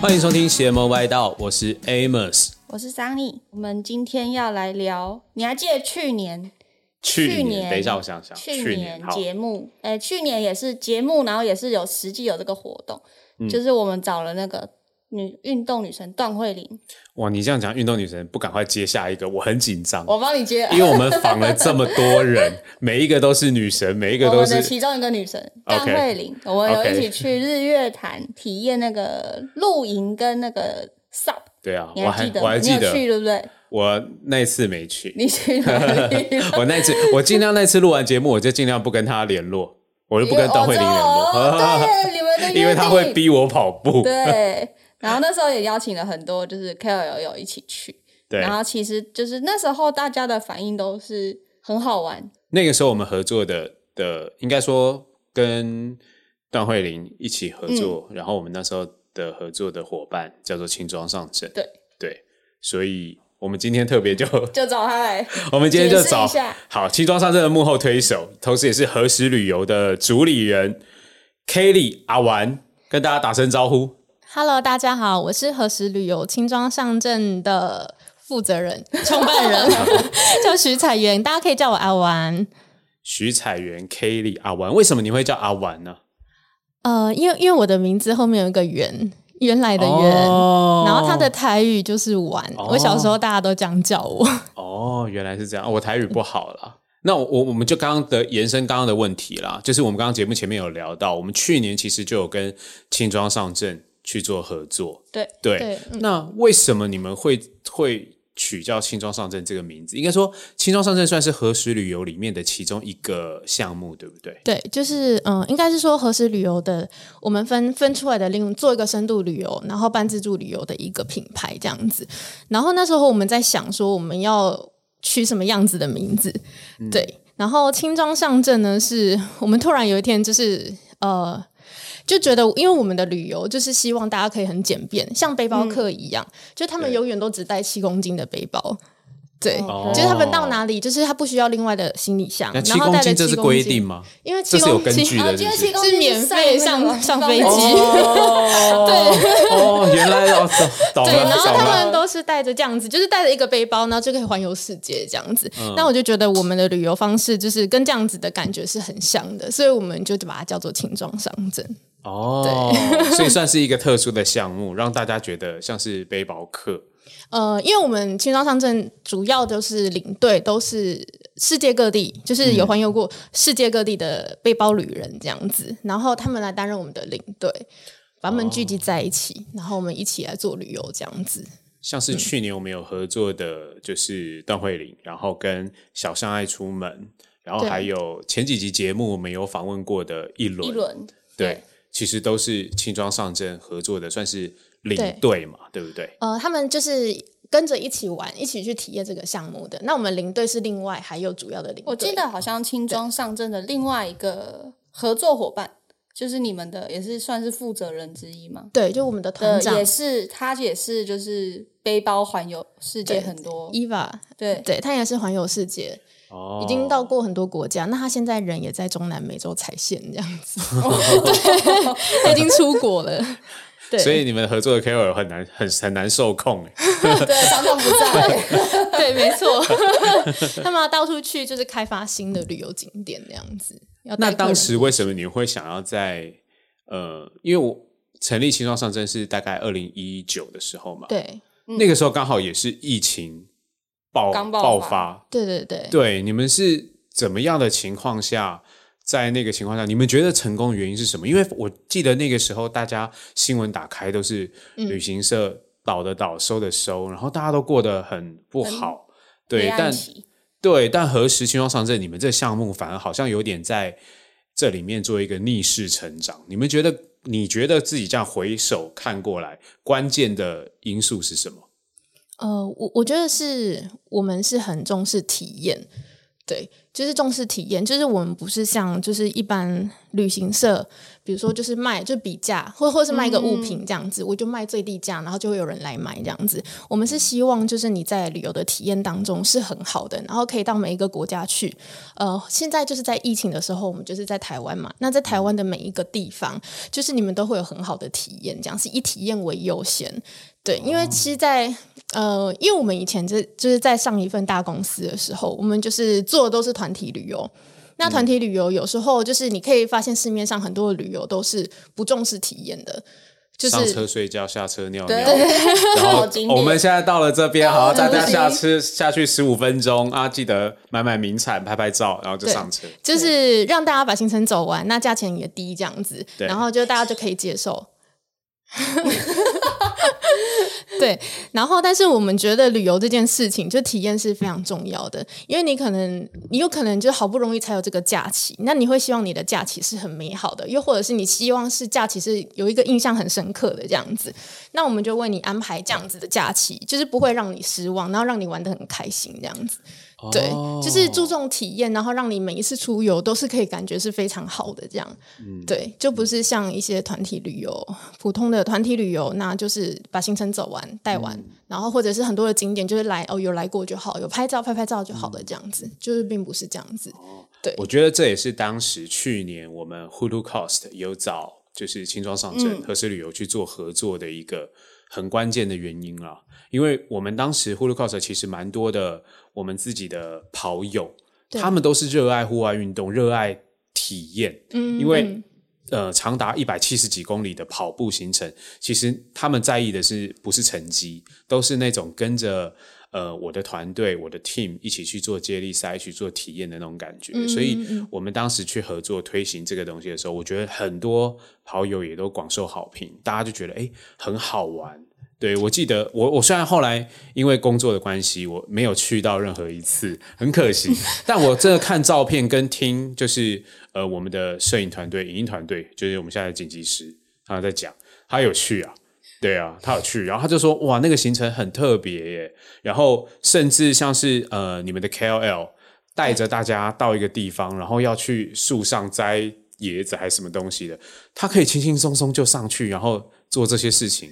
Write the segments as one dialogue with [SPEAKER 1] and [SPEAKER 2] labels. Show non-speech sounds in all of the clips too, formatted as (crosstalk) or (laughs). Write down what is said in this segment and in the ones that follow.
[SPEAKER 1] 欢迎收听邪门歪道，我是 Amos。
[SPEAKER 2] 我是桑尼，我们今天要来聊，你还记得去年？
[SPEAKER 1] 去
[SPEAKER 2] 去年
[SPEAKER 1] 等一下我想想，
[SPEAKER 2] 去年
[SPEAKER 1] 好，
[SPEAKER 2] 节目，哎、去年也是节目，然后也是有实际有这个活动，
[SPEAKER 1] 嗯
[SPEAKER 2] 就是我们找了那个女运动女神段慧玲，
[SPEAKER 1] 哇，你这样讲，运动女神不赶快接下一个，我很紧张，
[SPEAKER 2] 我帮你接，
[SPEAKER 1] 因为我们访了这么多
[SPEAKER 2] (laughs)
[SPEAKER 1] 人，每一个都是女神，每一个
[SPEAKER 2] 我
[SPEAKER 1] 都
[SPEAKER 2] 们的
[SPEAKER 1] 是
[SPEAKER 2] 其中一个女神
[SPEAKER 1] OK
[SPEAKER 2] 段慧玲，我们有
[SPEAKER 1] OK
[SPEAKER 2] 一起去日月潭体验那个露营跟那个 SUP，
[SPEAKER 1] 对啊，
[SPEAKER 2] 你
[SPEAKER 1] 我
[SPEAKER 2] 记
[SPEAKER 1] 还
[SPEAKER 2] 得？
[SPEAKER 1] 我还
[SPEAKER 2] 你有
[SPEAKER 1] 记得，
[SPEAKER 2] 去对不对？
[SPEAKER 1] 我那次没去，
[SPEAKER 2] 你去哪里？
[SPEAKER 1] (laughs) 我那次我尽量那次录完节目，我就尽量不跟她联络， (laughs) 我就不跟
[SPEAKER 2] 哦
[SPEAKER 1] 段慧玲联
[SPEAKER 2] (laughs) 哦
[SPEAKER 1] 络，
[SPEAKER 2] 对，你们的约
[SPEAKER 1] (laughs) 因为她会
[SPEAKER 2] 定
[SPEAKER 1] 逼我跑步，
[SPEAKER 2] 对，然后那时候也邀请了很多就是 KOL 有一起去，
[SPEAKER 1] 对
[SPEAKER 2] 然后其实就是那时候大家的反应都是很好玩，
[SPEAKER 1] 那个时候我们合作的的，应该说跟段慧玲一起合作，然后我们那时候的合作的伙伴叫做轻装上阵，
[SPEAKER 2] 对
[SPEAKER 1] 对，所以我们今天特别就， (laughs)
[SPEAKER 2] 就找他来，
[SPEAKER 1] 我们今天就
[SPEAKER 2] 解释
[SPEAKER 1] 找
[SPEAKER 2] 一下
[SPEAKER 1] 好轻装上阵的幕后推手，同时也是何时旅游的主理人 Kelly 阿丸，跟大家打声招呼。
[SPEAKER 3] Hello，大家好，我是何时旅游轻装上阵的负责人、创办人，叫徐彩媛，大家可以叫我阿丸。
[SPEAKER 1] 徐彩媛、Kelly 阿丸，为什么你会叫阿丸呢？
[SPEAKER 3] 呃，因为因为我的名字后面有一个圆，原来的圆，
[SPEAKER 1] 哦
[SPEAKER 3] 然后他的台语就是丸。
[SPEAKER 1] 哦
[SPEAKER 3] 我小时候大家都这样叫我。
[SPEAKER 1] 哦，原来是这样，哦我台语不好啦。那我我我们就刚刚的延伸刚刚的问题啦，就是我们刚刚节目前面有聊到，我们去年其实就有跟轻装上阵去做合作，
[SPEAKER 2] 对
[SPEAKER 1] 对。
[SPEAKER 3] 对，嗯
[SPEAKER 1] 那为什么你们会会取叫轻装上阵这个名字？应该说轻装上阵算是何时旅游里面的其中一个项目，对不对？
[SPEAKER 3] 对，就是嗯、呃应该是说何时旅游的，我们分分出来的另做一个深度旅游，然后半自助旅游的一个品牌这样子。然后那时候我们在想说，我们要取什么样子的名字？
[SPEAKER 1] 嗯
[SPEAKER 3] 对，然后轻装上阵呢，是我们突然有一天就是呃。就觉得，因为我们的旅游就是希望大家可以很简便，像背包客一样，就他们
[SPEAKER 1] 对
[SPEAKER 3] 永远都只带七公斤的背包，对，
[SPEAKER 2] 哦
[SPEAKER 3] 就是他们到哪里，就是他不需要另外的行李箱，
[SPEAKER 1] 那
[SPEAKER 3] 然
[SPEAKER 1] 七
[SPEAKER 3] 后
[SPEAKER 1] 公
[SPEAKER 3] 带着
[SPEAKER 1] 斤这
[SPEAKER 3] 七
[SPEAKER 1] 是
[SPEAKER 3] 公
[SPEAKER 1] 规
[SPEAKER 3] 斤，
[SPEAKER 1] 定
[SPEAKER 3] (laughs)
[SPEAKER 1] 吗？
[SPEAKER 3] 因为
[SPEAKER 1] 这
[SPEAKER 3] 七
[SPEAKER 1] 是有
[SPEAKER 3] 公
[SPEAKER 1] 根
[SPEAKER 3] 斤
[SPEAKER 1] 据
[SPEAKER 2] 然后
[SPEAKER 1] 的，
[SPEAKER 2] 今
[SPEAKER 1] 是不是
[SPEAKER 2] 天七公
[SPEAKER 3] 是免费上上飞机
[SPEAKER 1] 哦，对，哦，原来哦，懂懂
[SPEAKER 3] 对，然
[SPEAKER 1] 了，
[SPEAKER 3] 后
[SPEAKER 1] 懂
[SPEAKER 3] 他
[SPEAKER 1] 了。
[SPEAKER 3] 们都是带着这样子，就是带着一个背包，然后就可以环游世界这样子。
[SPEAKER 1] 嗯
[SPEAKER 3] 那我就觉得我们的旅游方式就是跟这样子的感觉是很像的，所以我们就把它叫做轻装上阵。
[SPEAKER 1] 哦，所以算是一个特殊的项目，让大家觉得像是背包客。
[SPEAKER 3] 呃，因为我们轻装上阵主要就是领队都是世界各地，就是有环游过世界各地的背包旅人这样子，然后他们来担任我们的领队，把他们聚集在一起，然后我们一起来做旅游这样子。
[SPEAKER 1] 像
[SPEAKER 3] 嗯
[SPEAKER 1] 是去年我们有合作的，就是段慧玲，然后跟小上爱出门，然后
[SPEAKER 3] 对
[SPEAKER 1] 还有前几集节目我们有访问过的一轮，
[SPEAKER 2] 一轮
[SPEAKER 1] 对，其实都是轻装上阵合作的，算是领队嘛，对不对？
[SPEAKER 3] 呃，他们就是跟着一起玩，一起去体验这个项目的。那我们领队是另外还有主要的领队，
[SPEAKER 2] 我记得好像轻装上阵的另外一个合作伙伴，就是你们的也是算是负责人之一嘛，
[SPEAKER 3] 对，就我们的团
[SPEAKER 2] 呃，
[SPEAKER 3] 长
[SPEAKER 2] 也是他也是就是背包环游世界
[SPEAKER 3] (laughs) 对
[SPEAKER 2] 很多，
[SPEAKER 3] Eva，
[SPEAKER 2] 对
[SPEAKER 3] 对他也是环游世界，
[SPEAKER 1] 哦
[SPEAKER 3] 已经到过很多国家。那他现在人也在中南美洲踩线这样子，对，他已经出国了。对，
[SPEAKER 1] 所以你们合作的 KOL 很难很很难受控
[SPEAKER 3] (laughs)
[SPEAKER 1] 哎、
[SPEAKER 2] (laughs) 对，常常不在。
[SPEAKER 3] 对，没
[SPEAKER 1] (laughs)
[SPEAKER 3] 错，他们要到处去，就是开发新的旅游景点这样子。要
[SPEAKER 1] 那
[SPEAKER 3] 带客人
[SPEAKER 1] 当时为什么你会想要在呃，因为我成立青创上阵是大概二零一九的时候嘛，
[SPEAKER 3] 对
[SPEAKER 1] 那个时候刚好也是疫情爆
[SPEAKER 2] 嗯刚
[SPEAKER 1] 爆
[SPEAKER 2] 爆发
[SPEAKER 1] 发，
[SPEAKER 3] 对对对，
[SPEAKER 1] 对，你们是怎么样的情况下？在那个情况下，你们觉得成功的原因是什么？因为我记得那个时候，大家新闻打开都是
[SPEAKER 2] 嗯
[SPEAKER 1] 旅行社倒的倒，收的收，然后大家都过得很不好。对，
[SPEAKER 2] 黑暗
[SPEAKER 1] 但
[SPEAKER 2] 期
[SPEAKER 1] 对，但何时轻装上阵？你们这项目反而好像有点在这里面做一个逆势成长。你们觉得？你觉得自己这样回首看过来，关键的因素是什么？
[SPEAKER 3] 呃，我我觉得是我们是很重视体验，对，就是重视体验，就是我们不是像就是一般旅行社，比如说就是卖就比价，或或是卖一个物品这样子，我就卖最低价，然后就会有人来买这样子。我们是希望就是你在旅游的体验当中是很好的，然后可以到每一个国家去。呃，现在就是在疫情的时候，我们就是在台湾嘛，那在台湾的每一个地方，就是你们都会有很好的体验，这样是以体验为优先。对，因为其实在，呃，因为我们以前这就是在上一份大公司的时候，我们就是做的都是团体旅游。那团体旅游有时候就是你可以发现市面上很多的旅游都是不重视体验的，就
[SPEAKER 1] 上
[SPEAKER 3] 是
[SPEAKER 1] 车睡觉，下车尿尿。
[SPEAKER 2] 对，
[SPEAKER 1] 然后
[SPEAKER 2] 好经典
[SPEAKER 1] 我们现在到了这边，好，大家
[SPEAKER 3] 对
[SPEAKER 1] 下吃下去十五分钟啊，记得买买名产，拍拍照，然后就
[SPEAKER 3] 对
[SPEAKER 1] 上车。
[SPEAKER 3] 就是让大家把行程走完，那价钱也低这样子，
[SPEAKER 1] 对
[SPEAKER 3] 然后就大家就可以接受。 (laughs) 对，然后但是我们觉得旅游这件事情，就体验是非常重要的，因为你可能你有可能就好不容易才有这个假期，那你会希望你的假期是很美好的，又或者是你希望是假期是有一个印象很深刻的这样子，那我们就为你安排这样子的假期，就是不会让你失望，然后让你玩的很开心这样子。对，
[SPEAKER 1] 哦
[SPEAKER 3] 就是注重体验，然后让你每一次出游都是可以感觉是非常好的这样。
[SPEAKER 1] 嗯
[SPEAKER 3] 对，就不是像一些团体旅游，普通的团体旅游，那就是把行程走完带
[SPEAKER 1] 嗯
[SPEAKER 3] 完，然后或者是很多的景点就是来哦有来过就好，有拍照拍拍照就好了这样
[SPEAKER 1] 嗯
[SPEAKER 3] 子，就是并不是这样子。
[SPEAKER 1] 哦我觉得这也是当时去年我们 Hulu Cost 有找就是轻装上
[SPEAKER 3] 嗯
[SPEAKER 1] 阵、和适旅游去做合作的一个很关键的原因啦。因为我们当时 Hulu Cost 其实蛮多的我们自己的跑友，
[SPEAKER 3] 对
[SPEAKER 1] 他们都是热爱户外运动、热爱体验，
[SPEAKER 3] 嗯，
[SPEAKER 1] 因为、
[SPEAKER 3] 嗯
[SPEAKER 1] 呃长达一百七十几公里的跑步行程，其实他们在意的是不是成绩，都是那种跟着呃我的团队、我的 team 一起去做接力赛、去做体验的那种感觉。所以我们当时去合作推行这个东西的时候，我觉得很多跑友也都广受好评，大家就觉得诶很好玩。对，我记得我我虽然后来因为工作的关系，我没有去到任何一次，很可惜。但我真的看照片跟听，就是呃，我们的摄影团队、影音团队，就是我们现在的剪辑师，他在讲，他有去啊，对啊，他有去，然后他就说，哇，那个行程很特别耶。然后甚至像是呃，你们的 KOL 带着大家到一个地方，然后要去树上摘椰子还是什么东西的，他可以轻轻松松就上去，然后做这些事情，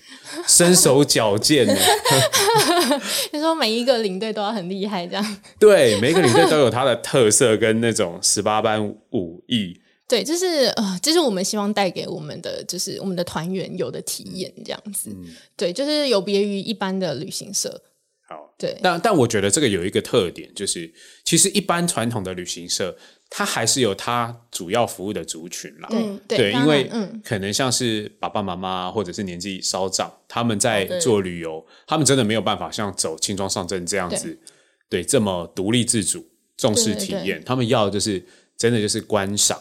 [SPEAKER 1] 身手矫健的。
[SPEAKER 3] 你说每一个领队都要很厉害这样，
[SPEAKER 1] (laughs) 对，每个领队都有他的特色跟那种十八般武艺。
[SPEAKER 3] 对，就是呃，这是我们希望带给我们的，就是我们的团员有的体验这样子。
[SPEAKER 1] 嗯
[SPEAKER 3] 对，就是有别于一般的旅行社。
[SPEAKER 1] 好，
[SPEAKER 3] 对，
[SPEAKER 1] 但但我觉得这个有一个特点，就是其实一般传统的旅行社，它还是有它主要服务的族群啦。
[SPEAKER 3] 对
[SPEAKER 1] 对，
[SPEAKER 3] 当
[SPEAKER 1] 因为
[SPEAKER 3] 然嗯，
[SPEAKER 1] 可能像是爸爸妈妈或者是年纪稍长，他们在
[SPEAKER 2] 哦对
[SPEAKER 1] 做旅游，他们真的没有办法像走轻装上阵这样子，对，这么独立自主，重视
[SPEAKER 3] 对对
[SPEAKER 1] 体
[SPEAKER 3] 对
[SPEAKER 1] 验，他们要的就是真的就是观赏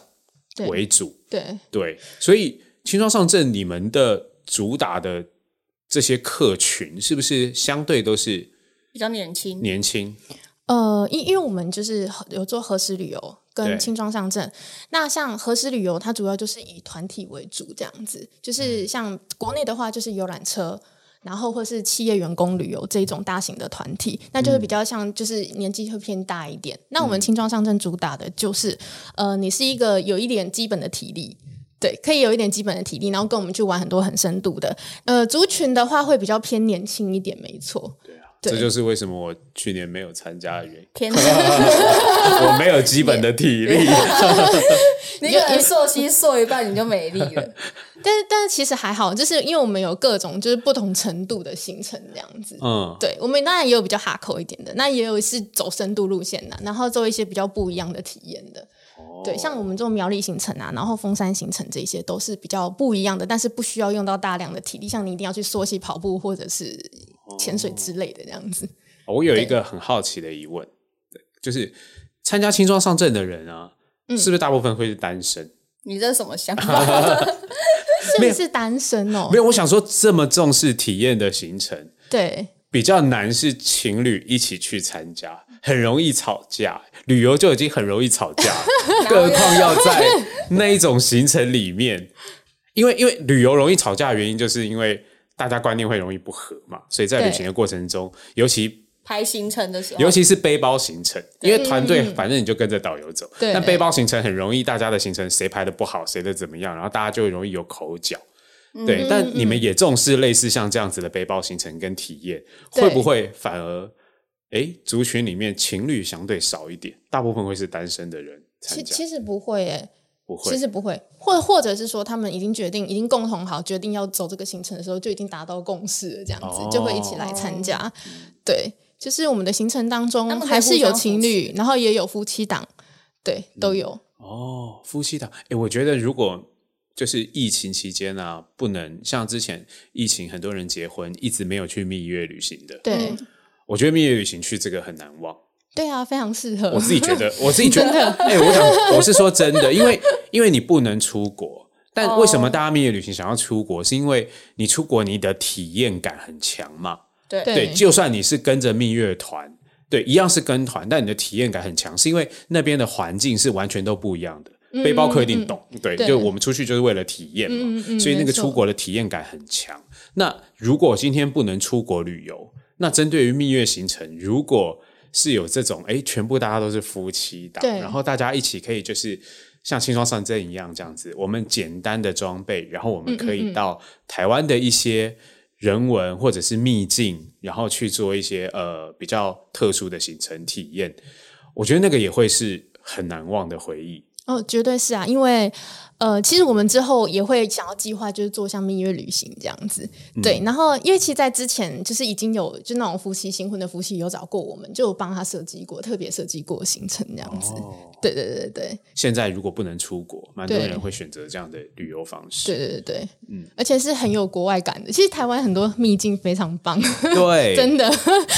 [SPEAKER 3] 对
[SPEAKER 1] 为主，
[SPEAKER 3] 对，
[SPEAKER 1] 对，所以轻装上阵，你们的主打的这些客群是不是相对都是
[SPEAKER 2] 比较年轻，，
[SPEAKER 1] 年轻？
[SPEAKER 3] 呃，因因为我们就是有做合时旅游
[SPEAKER 1] 对
[SPEAKER 3] 跟轻装上阵，那像合时旅游，它主要就是以团体为主这样子，
[SPEAKER 1] 嗯
[SPEAKER 3] 就是像国内的话，就是游览车。然后或是企业员工旅游这一种大型的团体，那就是
[SPEAKER 1] 嗯
[SPEAKER 3] 比较像，就是年纪会偏大一点。那我们轻装上阵主打的就是，呃，你是一个有一点基本的体力，对，可以有一点基本的体力，然后跟我们去玩很多很深度的。呃，族群的话会比较偏年轻一点，没错。对
[SPEAKER 1] 这就是为什么我去年没有参加的原因
[SPEAKER 3] (laughs)
[SPEAKER 2] 天哪，
[SPEAKER 1] 我没有基本的体力。
[SPEAKER 2] 你可能瘦西瘦一半你就没力了。
[SPEAKER 3] 但是但是其实还好，就是因为我们有各种就是不同程度的行程这样子。
[SPEAKER 1] 嗯，
[SPEAKER 3] 对，我们当然也有比较哈口一点的，那也有是走深度路线的，然后做一些比较不一样的体验的。对，像我
[SPEAKER 1] 哦
[SPEAKER 3] 们这种苗栗行程啊，然后峰山行程这些都是比较不一样的，但是不需要用到大量的体力，像你一定要去缩细跑步或者是潜水
[SPEAKER 1] 哦
[SPEAKER 3] 之类的这样子。
[SPEAKER 1] 我有一个很好奇的疑问，就是参加轻装上阵的人啊，是不是大部分会是单身？
[SPEAKER 2] 你这是什么想法？
[SPEAKER 3] (laughs) 甚至是单身哦
[SPEAKER 1] 没，有，我想说这么重视体验的行程，
[SPEAKER 3] 对，
[SPEAKER 1] 比较难是情侣一起去参加，很容易吵架。旅游就已经很容易吵架了，更何
[SPEAKER 2] (laughs)
[SPEAKER 1] 况要在那一种行程里面，因为因为旅游容易吵架的原因，就是因为大家观念会容易不合嘛，所以在
[SPEAKER 3] 对
[SPEAKER 1] 旅行的过程中，尤其
[SPEAKER 2] 排行程的时候，
[SPEAKER 1] 尤其是背包行程，因为团队
[SPEAKER 3] 嗯
[SPEAKER 1] 反正你就跟着导游走，
[SPEAKER 3] 对
[SPEAKER 1] 但背包行程很容易，大家的行程谁排的不好，谁的怎么样，然后大家就容易有口角。
[SPEAKER 3] 嗯
[SPEAKER 1] 对，但你们也重视类似像这样子的背包行程跟体验，
[SPEAKER 3] 对
[SPEAKER 1] 会不会反而哎，族群里面情侣相对少一点，大部分会是单身的人参
[SPEAKER 3] 其
[SPEAKER 1] 加？
[SPEAKER 3] 其实不会耶，
[SPEAKER 1] 不会
[SPEAKER 3] 其，实不会，或或者是说他们已经决定，已经共同好决定要走这个行程的时候，就已经达到共识了，这样子、
[SPEAKER 1] 哦
[SPEAKER 3] 就会一起来参加。 (laughs) 对，就是我们的行程当中
[SPEAKER 2] 哦他们可以
[SPEAKER 3] 还是有情
[SPEAKER 2] 互相扶嗯
[SPEAKER 3] 侣，然后也有夫妻档，对，都有。
[SPEAKER 1] 哦，夫妻档，哎，我觉得如果就是疫情期间啊，不能像之前疫情，很多人结婚一直没有去蜜月旅行的，
[SPEAKER 3] 对、
[SPEAKER 2] 嗯
[SPEAKER 1] 我觉得蜜月旅行去这个很难忘。
[SPEAKER 3] 对啊，非常适合。
[SPEAKER 1] 我自己觉
[SPEAKER 3] (laughs)
[SPEAKER 1] 得，我自己觉得，哎、我想我是说真的，因为因为你不能出国，但为什
[SPEAKER 3] 哦
[SPEAKER 1] 么大家蜜月旅行想要出国？是因为你出国你的体验感很强嘛？
[SPEAKER 2] 对
[SPEAKER 3] 对
[SPEAKER 1] 对，就算你是跟着蜜月团，对，一样是跟团，但你的体验感很强，是因为那边的环境是完全都不一样的。
[SPEAKER 3] 嗯
[SPEAKER 1] 背包客一定懂，对，
[SPEAKER 3] 对
[SPEAKER 1] 就我们出去就是为了体验嘛，
[SPEAKER 3] 嗯嗯嗯
[SPEAKER 1] 所以那
[SPEAKER 3] 没
[SPEAKER 1] 个
[SPEAKER 3] 错
[SPEAKER 1] 出国的体验感很强。那如果今天不能出国旅游，那针对于蜜月行程，如果是有这种哎，全部大家都是夫妻档，
[SPEAKER 3] 对
[SPEAKER 1] 然后大家一起可以就是像轻装上阵一样这样子，我们简单的装备，然后我们可
[SPEAKER 3] 嗯
[SPEAKER 1] 以到台湾的一些人文或者是秘境，然后去做一些呃比较特殊的行程体验，我觉得那个也会是很难忘的回忆。
[SPEAKER 3] 哦，绝对是啊，因为呃，其实我们之后也会想要计划，就是做像蜜月旅行这样子。
[SPEAKER 1] 嗯
[SPEAKER 3] 对，然后因为其实在之前就是已经有就那种夫妻新婚的夫妻有找过我们，就有帮他设计过，特别设计过行程这样子。
[SPEAKER 1] 哦
[SPEAKER 3] 对对对对
[SPEAKER 1] 现在如果不能出国，蛮多
[SPEAKER 3] 对
[SPEAKER 1] 人会选择这样的旅游方式。
[SPEAKER 3] 对对对对，嗯，而且是很有国外感的。其实台湾很多秘境非常棒，
[SPEAKER 1] 对，
[SPEAKER 3] (laughs) 真的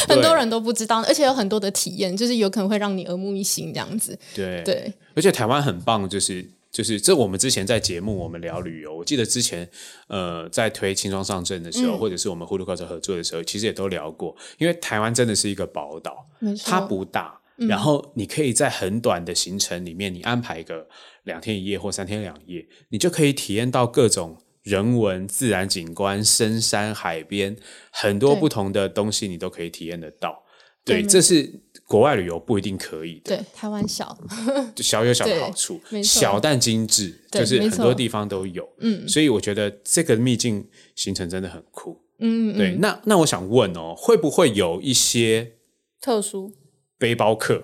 [SPEAKER 3] 很多人都不知道，而且有很多的体验，就是有可能会让你耳目一新这样子。
[SPEAKER 1] 对
[SPEAKER 3] 对，
[SPEAKER 1] 而且台湾很棒，就是就是这我们之前在节目我们聊旅游，我记得之前呃在推轻装上阵的时候，或者是我们 Hulu 合作的时候，其实也都聊过，因为台湾真的是一个宝岛，
[SPEAKER 3] 没错，
[SPEAKER 1] 它不大。然后你可以在很短的行程里面，你安排个两天一夜或三天两夜，你就可以体验到各种人文、自然景观、深山、海边，很多
[SPEAKER 3] 对
[SPEAKER 1] 不同的东西，你都可以体验得到。
[SPEAKER 3] 对
[SPEAKER 1] 对，
[SPEAKER 3] 没
[SPEAKER 1] 这是国外旅游不一定可以的。
[SPEAKER 3] 对台湾小，
[SPEAKER 1] 就小有小的
[SPEAKER 3] 对
[SPEAKER 1] 好处
[SPEAKER 3] 没，错
[SPEAKER 1] 小但精致，
[SPEAKER 3] 对
[SPEAKER 1] 就是
[SPEAKER 3] 没
[SPEAKER 1] 很
[SPEAKER 3] 错
[SPEAKER 1] 多地方都有。嗯，所以我觉得这个秘境行程真的很酷。
[SPEAKER 3] 嗯，嗯
[SPEAKER 1] 对，那那我想问哦，会不会有一些
[SPEAKER 2] 特殊
[SPEAKER 1] 背包客？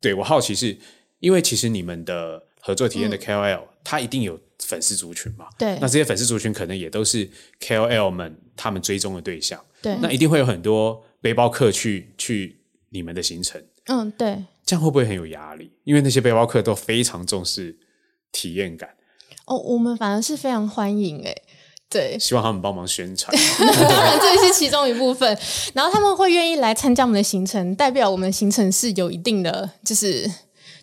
[SPEAKER 1] 对我好奇是，因为其实你们的合作体验的 KOL，、他一定有粉丝族群嘛？
[SPEAKER 3] 嗯对
[SPEAKER 1] 那这些粉丝族群可能也都是 KOL 们他们追踪的对象，
[SPEAKER 3] 对，
[SPEAKER 1] 那一定会有很多背包客去去你们的行程。
[SPEAKER 3] 嗯对。
[SPEAKER 1] 这样会不会很有压力？因为那些背包客都非常重视体验感，，
[SPEAKER 3] 哦，我们反而是非常欢迎哎、对
[SPEAKER 1] (laughs) 希望他们帮忙宣传。
[SPEAKER 3] 当然这是其中一部分。然后他们会愿意来参加我们的行程，代表我们的行程是有一定的，就是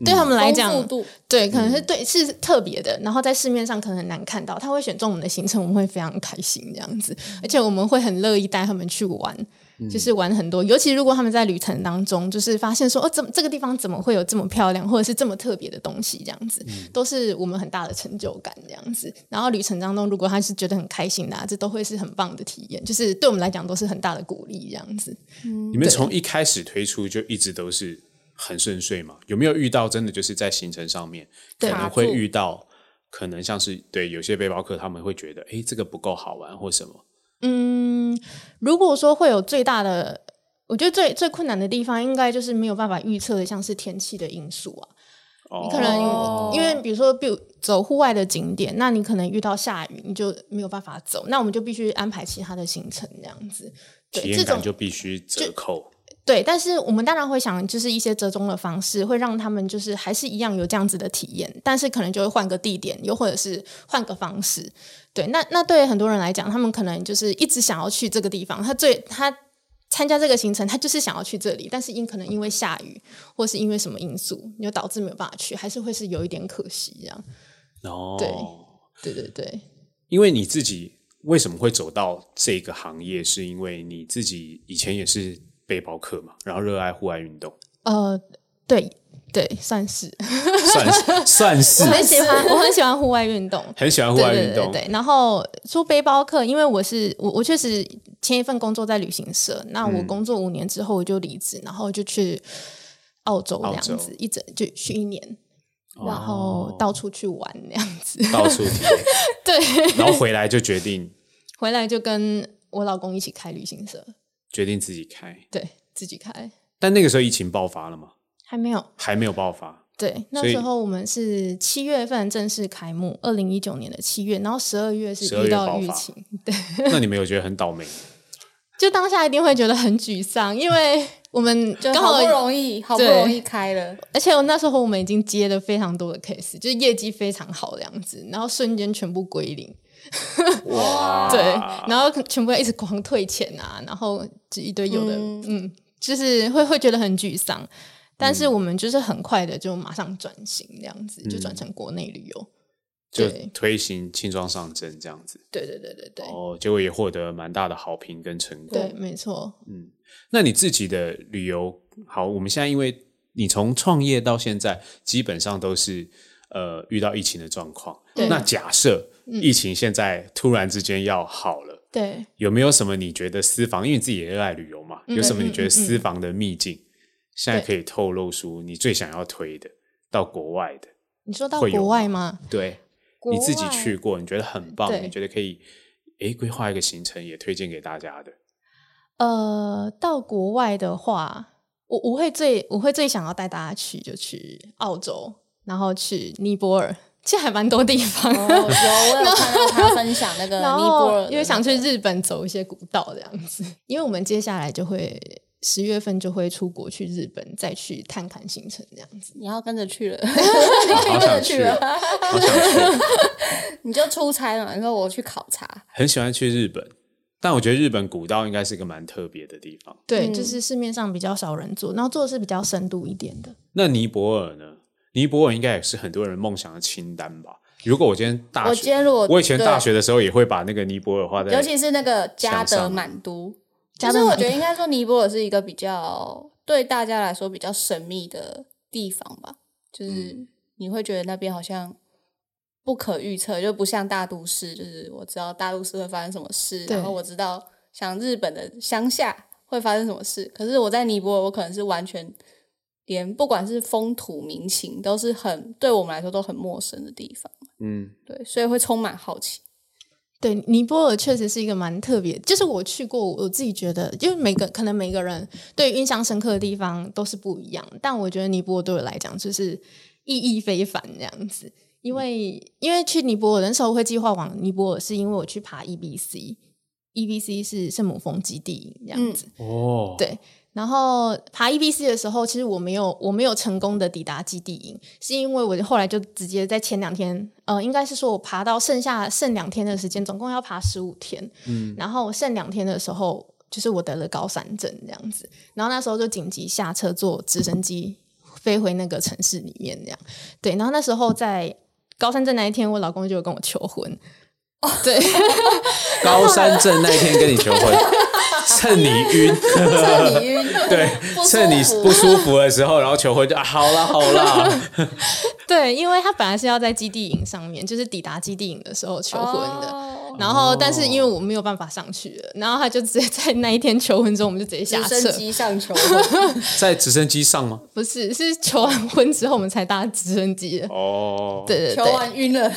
[SPEAKER 3] 对他们来讲，
[SPEAKER 2] 丰富度，
[SPEAKER 3] 对，可能是对是特别的。然后在市面上可能很难看到，他会选中我们的行程，我们会非常开心这样子，而且我们会很乐意带他们去玩。就是玩很多，尤其如果他们在旅程当中，就是发现说，哦，怎么这个地方怎么会有这么漂亮，或者是这么特别的东西，这样子，都是我们很大的成就感，这样子。然后旅程当中，如果他是觉得很开心的、啊，这都会是很棒的体验，就是对我们来讲都是很大的鼓励，这样子。
[SPEAKER 1] 你们从一开始推出就一直都是很顺遂嘛？有没有遇到真的就是在行程上面可
[SPEAKER 3] 对啊
[SPEAKER 1] 能会遇到，可能像是对有些背包客他们会觉得，哎，这个不够好玩或什么？
[SPEAKER 3] 嗯，如果说会有最大的，我觉得最最困难的地方，应该就是没有办法预测的，像是天气的因素啊。
[SPEAKER 1] 哦
[SPEAKER 3] 你可能、因为比如说，比如走户外的景点，那你可能遇到下雨，你就没有办法走，那我们就必须安排其他的行程这样子。
[SPEAKER 1] 体
[SPEAKER 3] 对，
[SPEAKER 1] 验
[SPEAKER 3] 这种
[SPEAKER 1] 感就必须折扣。
[SPEAKER 3] 对，但是我们当然会想，就是一些折中的方式，会让他们就是还是一样有这样子的体验，但是可能就会换个地点，又或者是换个方式。对，那那对很多人来讲，他们可能就是一直想要去这个地方，他最他参加这个行程，他就是想要去这里，但是因可能因为下雨或是因为什么因素，你就导致没有办法去，还是会是有一点可惜这样。
[SPEAKER 1] 哦，
[SPEAKER 3] 对对对对，
[SPEAKER 1] 因为你自己为什么会走到这个行业，是因为你自己以前也是背包客嘛，然后热爱户外运动。
[SPEAKER 3] 呃，对对，算是
[SPEAKER 1] 算
[SPEAKER 3] (laughs)
[SPEAKER 1] 是算
[SPEAKER 3] 我
[SPEAKER 1] 是
[SPEAKER 3] 很喜欢， (laughs) 我很喜欢户外运动。
[SPEAKER 1] 很喜欢户
[SPEAKER 3] 对
[SPEAKER 1] 外
[SPEAKER 3] 对
[SPEAKER 1] 运
[SPEAKER 3] 对
[SPEAKER 1] 动，
[SPEAKER 3] 对对，然后说背包客，因为我是我，我确实前一份工作在旅行社，那
[SPEAKER 1] 嗯
[SPEAKER 3] 我工作五年之后我就离职，然后就去澳洲这样
[SPEAKER 1] 澳洲
[SPEAKER 3] 子，一整就去一年，然后
[SPEAKER 1] 哦
[SPEAKER 3] 到处去玩那样子。 (laughs)
[SPEAKER 1] (laughs) 到处听，
[SPEAKER 3] 对，
[SPEAKER 1] 然后回来就决定
[SPEAKER 3] 回来就跟我老公一起开旅行社，
[SPEAKER 1] 决定自己开。
[SPEAKER 3] 对自己开，
[SPEAKER 1] 但那个时候疫情爆发了嘛，
[SPEAKER 3] 还没有。
[SPEAKER 1] 还没有爆
[SPEAKER 3] (laughs)
[SPEAKER 1] 发，
[SPEAKER 3] 对，那
[SPEAKER 1] 所以
[SPEAKER 3] 时候我们是七月份正式开幕，二零一九年的七月，然后十二月是
[SPEAKER 1] 12
[SPEAKER 3] 遇
[SPEAKER 1] 月爆
[SPEAKER 3] 到疫
[SPEAKER 1] 发
[SPEAKER 3] 情，
[SPEAKER 1] 那你们有觉得很倒霉？
[SPEAKER 3] (laughs) 就当下一定会觉得很沮丧，因为我们
[SPEAKER 2] 就
[SPEAKER 3] 刚
[SPEAKER 2] 好
[SPEAKER 3] 好
[SPEAKER 2] 不容易，好不
[SPEAKER 3] 对
[SPEAKER 2] 容易开了，
[SPEAKER 3] 而且我那时候我们已经接了非常多的 case，就是业绩非常好的样子，然后瞬间全部归零，
[SPEAKER 1] 哇，
[SPEAKER 3] 对，然后全部要一直狂退钱啊，然后就一堆有的， (laughs) 嗯就是会会觉得很沮丧。但是我们就是很快的就马上转型，这样子就
[SPEAKER 1] 嗯
[SPEAKER 3] 转成国内旅游。
[SPEAKER 1] 就
[SPEAKER 3] 对
[SPEAKER 1] 推行轻装上阵这样子，
[SPEAKER 3] 对对对对对、
[SPEAKER 1] 哦，结果也获得蛮大的好评跟成功。
[SPEAKER 3] 对，没错。
[SPEAKER 1] 那你自己的旅游，好，我们现在因为你从创业到现在，基本上都是呃遇到疫情的状况。
[SPEAKER 3] 对嗯
[SPEAKER 1] 那假设疫情现在突然之间要好了，
[SPEAKER 3] 对，
[SPEAKER 1] 有没有什么你觉得私房？因为你自己也热爱旅游嘛，
[SPEAKER 3] 嗯
[SPEAKER 1] 有什么你觉得私房的秘境？现在可以透露出你最想要推的到国外的，
[SPEAKER 3] 你说到
[SPEAKER 1] 会有
[SPEAKER 3] 国外吗？
[SPEAKER 1] 对，
[SPEAKER 2] 国
[SPEAKER 1] 你自己
[SPEAKER 2] 外
[SPEAKER 1] 去过，你觉得很棒，
[SPEAKER 3] 对
[SPEAKER 1] 你觉得可以，诶，规划一个行程也推荐给大家的。
[SPEAKER 3] 呃，到国外的话，我我会最我会最想要带大家去就去澳洲，然后去尼泊尔，其实还蛮多地方。
[SPEAKER 2] 哦，有我有看到他分享那个
[SPEAKER 3] (laughs) 然
[SPEAKER 2] 尼泊尔
[SPEAKER 3] 后
[SPEAKER 2] 的，
[SPEAKER 3] 因为想去日本走一些古道这样子，因为我们接下来就会十月份就会出国去日本，再去探看行程这样子。
[SPEAKER 2] (laughs) 你要跟着
[SPEAKER 3] (laughs)
[SPEAKER 2] 去了，
[SPEAKER 1] 好
[SPEAKER 2] 你跟着
[SPEAKER 1] 想
[SPEAKER 2] 去
[SPEAKER 1] 去哦
[SPEAKER 2] 了，
[SPEAKER 1] 我想去，
[SPEAKER 2] 你就出差了嘛，你说我去考察，
[SPEAKER 1] 很喜欢去日本，但我觉得日本古道应该是个蛮特别的地方。
[SPEAKER 3] 对，
[SPEAKER 2] 嗯
[SPEAKER 3] 就是市面上比较少人做，然后做的是比较深度一点的。
[SPEAKER 1] 那尼泊尔呢？尼泊尔应该也是很多人梦想的清单吧？如果我今天大
[SPEAKER 2] 我
[SPEAKER 1] 学，
[SPEAKER 2] 今天如果
[SPEAKER 1] 我以前
[SPEAKER 2] 对
[SPEAKER 1] 大学的时候也会把那个尼泊尔画在，
[SPEAKER 2] 尤其是那个加德满都，其实我觉得应该说尼泊尔是一个比较对大家来说比较神秘的地方吧，就是你会觉得那边好像不可预测，就不像大都市，就是我知道大都市会发生什么事，
[SPEAKER 3] 对
[SPEAKER 2] 然后我知道像日本的乡下会发生什么事，可是我在尼泊尔，我可能是完全。连不管是风土民情，都是很对我们来说都很陌生的地方，
[SPEAKER 1] 嗯，
[SPEAKER 2] 对，所以会充满好奇。
[SPEAKER 3] 对，尼泊尔确实是一个蛮特别，就是我去过，我自己觉得，因为每个可能每个人对于印象深刻的地方都是不一样，但我觉得尼泊尔对我来讲就是意义非凡这样子。因为因为去尼泊尔那时候会计划往尼泊尔，是因为我去爬 E EBC，EBC 是圣母峰基地这样子。
[SPEAKER 1] 哦，
[SPEAKER 3] 对然后爬 EBC 的时候，其实我没有我没有成功的抵达基地营，是因为我后来就直接在前两天，呃，应该是说我爬到剩下剩两天的时间，总共要爬十五天，嗯，然后剩两天的时候，就是我得了高山症这样子，然后那时候就紧急下车坐直升机飞回那个城市里面这样，对，然后那时候在高山症那一天，我老公就有跟我求婚，对。
[SPEAKER 1] 高山症那一天跟你求
[SPEAKER 2] (laughs)
[SPEAKER 1] 婚，趁你晕，
[SPEAKER 2] 这里晕，
[SPEAKER 1] 对，
[SPEAKER 2] 不舒服
[SPEAKER 1] 趁你不舒服的时候，然后求婚就啊，好啦好
[SPEAKER 2] (laughs)
[SPEAKER 1] 啦，
[SPEAKER 3] 对，因为他本来是要在基地营上面，就是抵达基地营的时候求婚的。
[SPEAKER 2] 哦
[SPEAKER 3] 然后，但是因为我没有办法上去了，然后他就直接在 (laughs) 那一天求婚之后，我们就直接下
[SPEAKER 2] 直
[SPEAKER 3] 车
[SPEAKER 2] 升。机上球，
[SPEAKER 1] 在直升机上吗？
[SPEAKER 3] 不是，是求完婚之后我们才搭直升机的。
[SPEAKER 1] 哦，
[SPEAKER 3] 对对
[SPEAKER 2] 球
[SPEAKER 3] 对
[SPEAKER 2] 完晕了，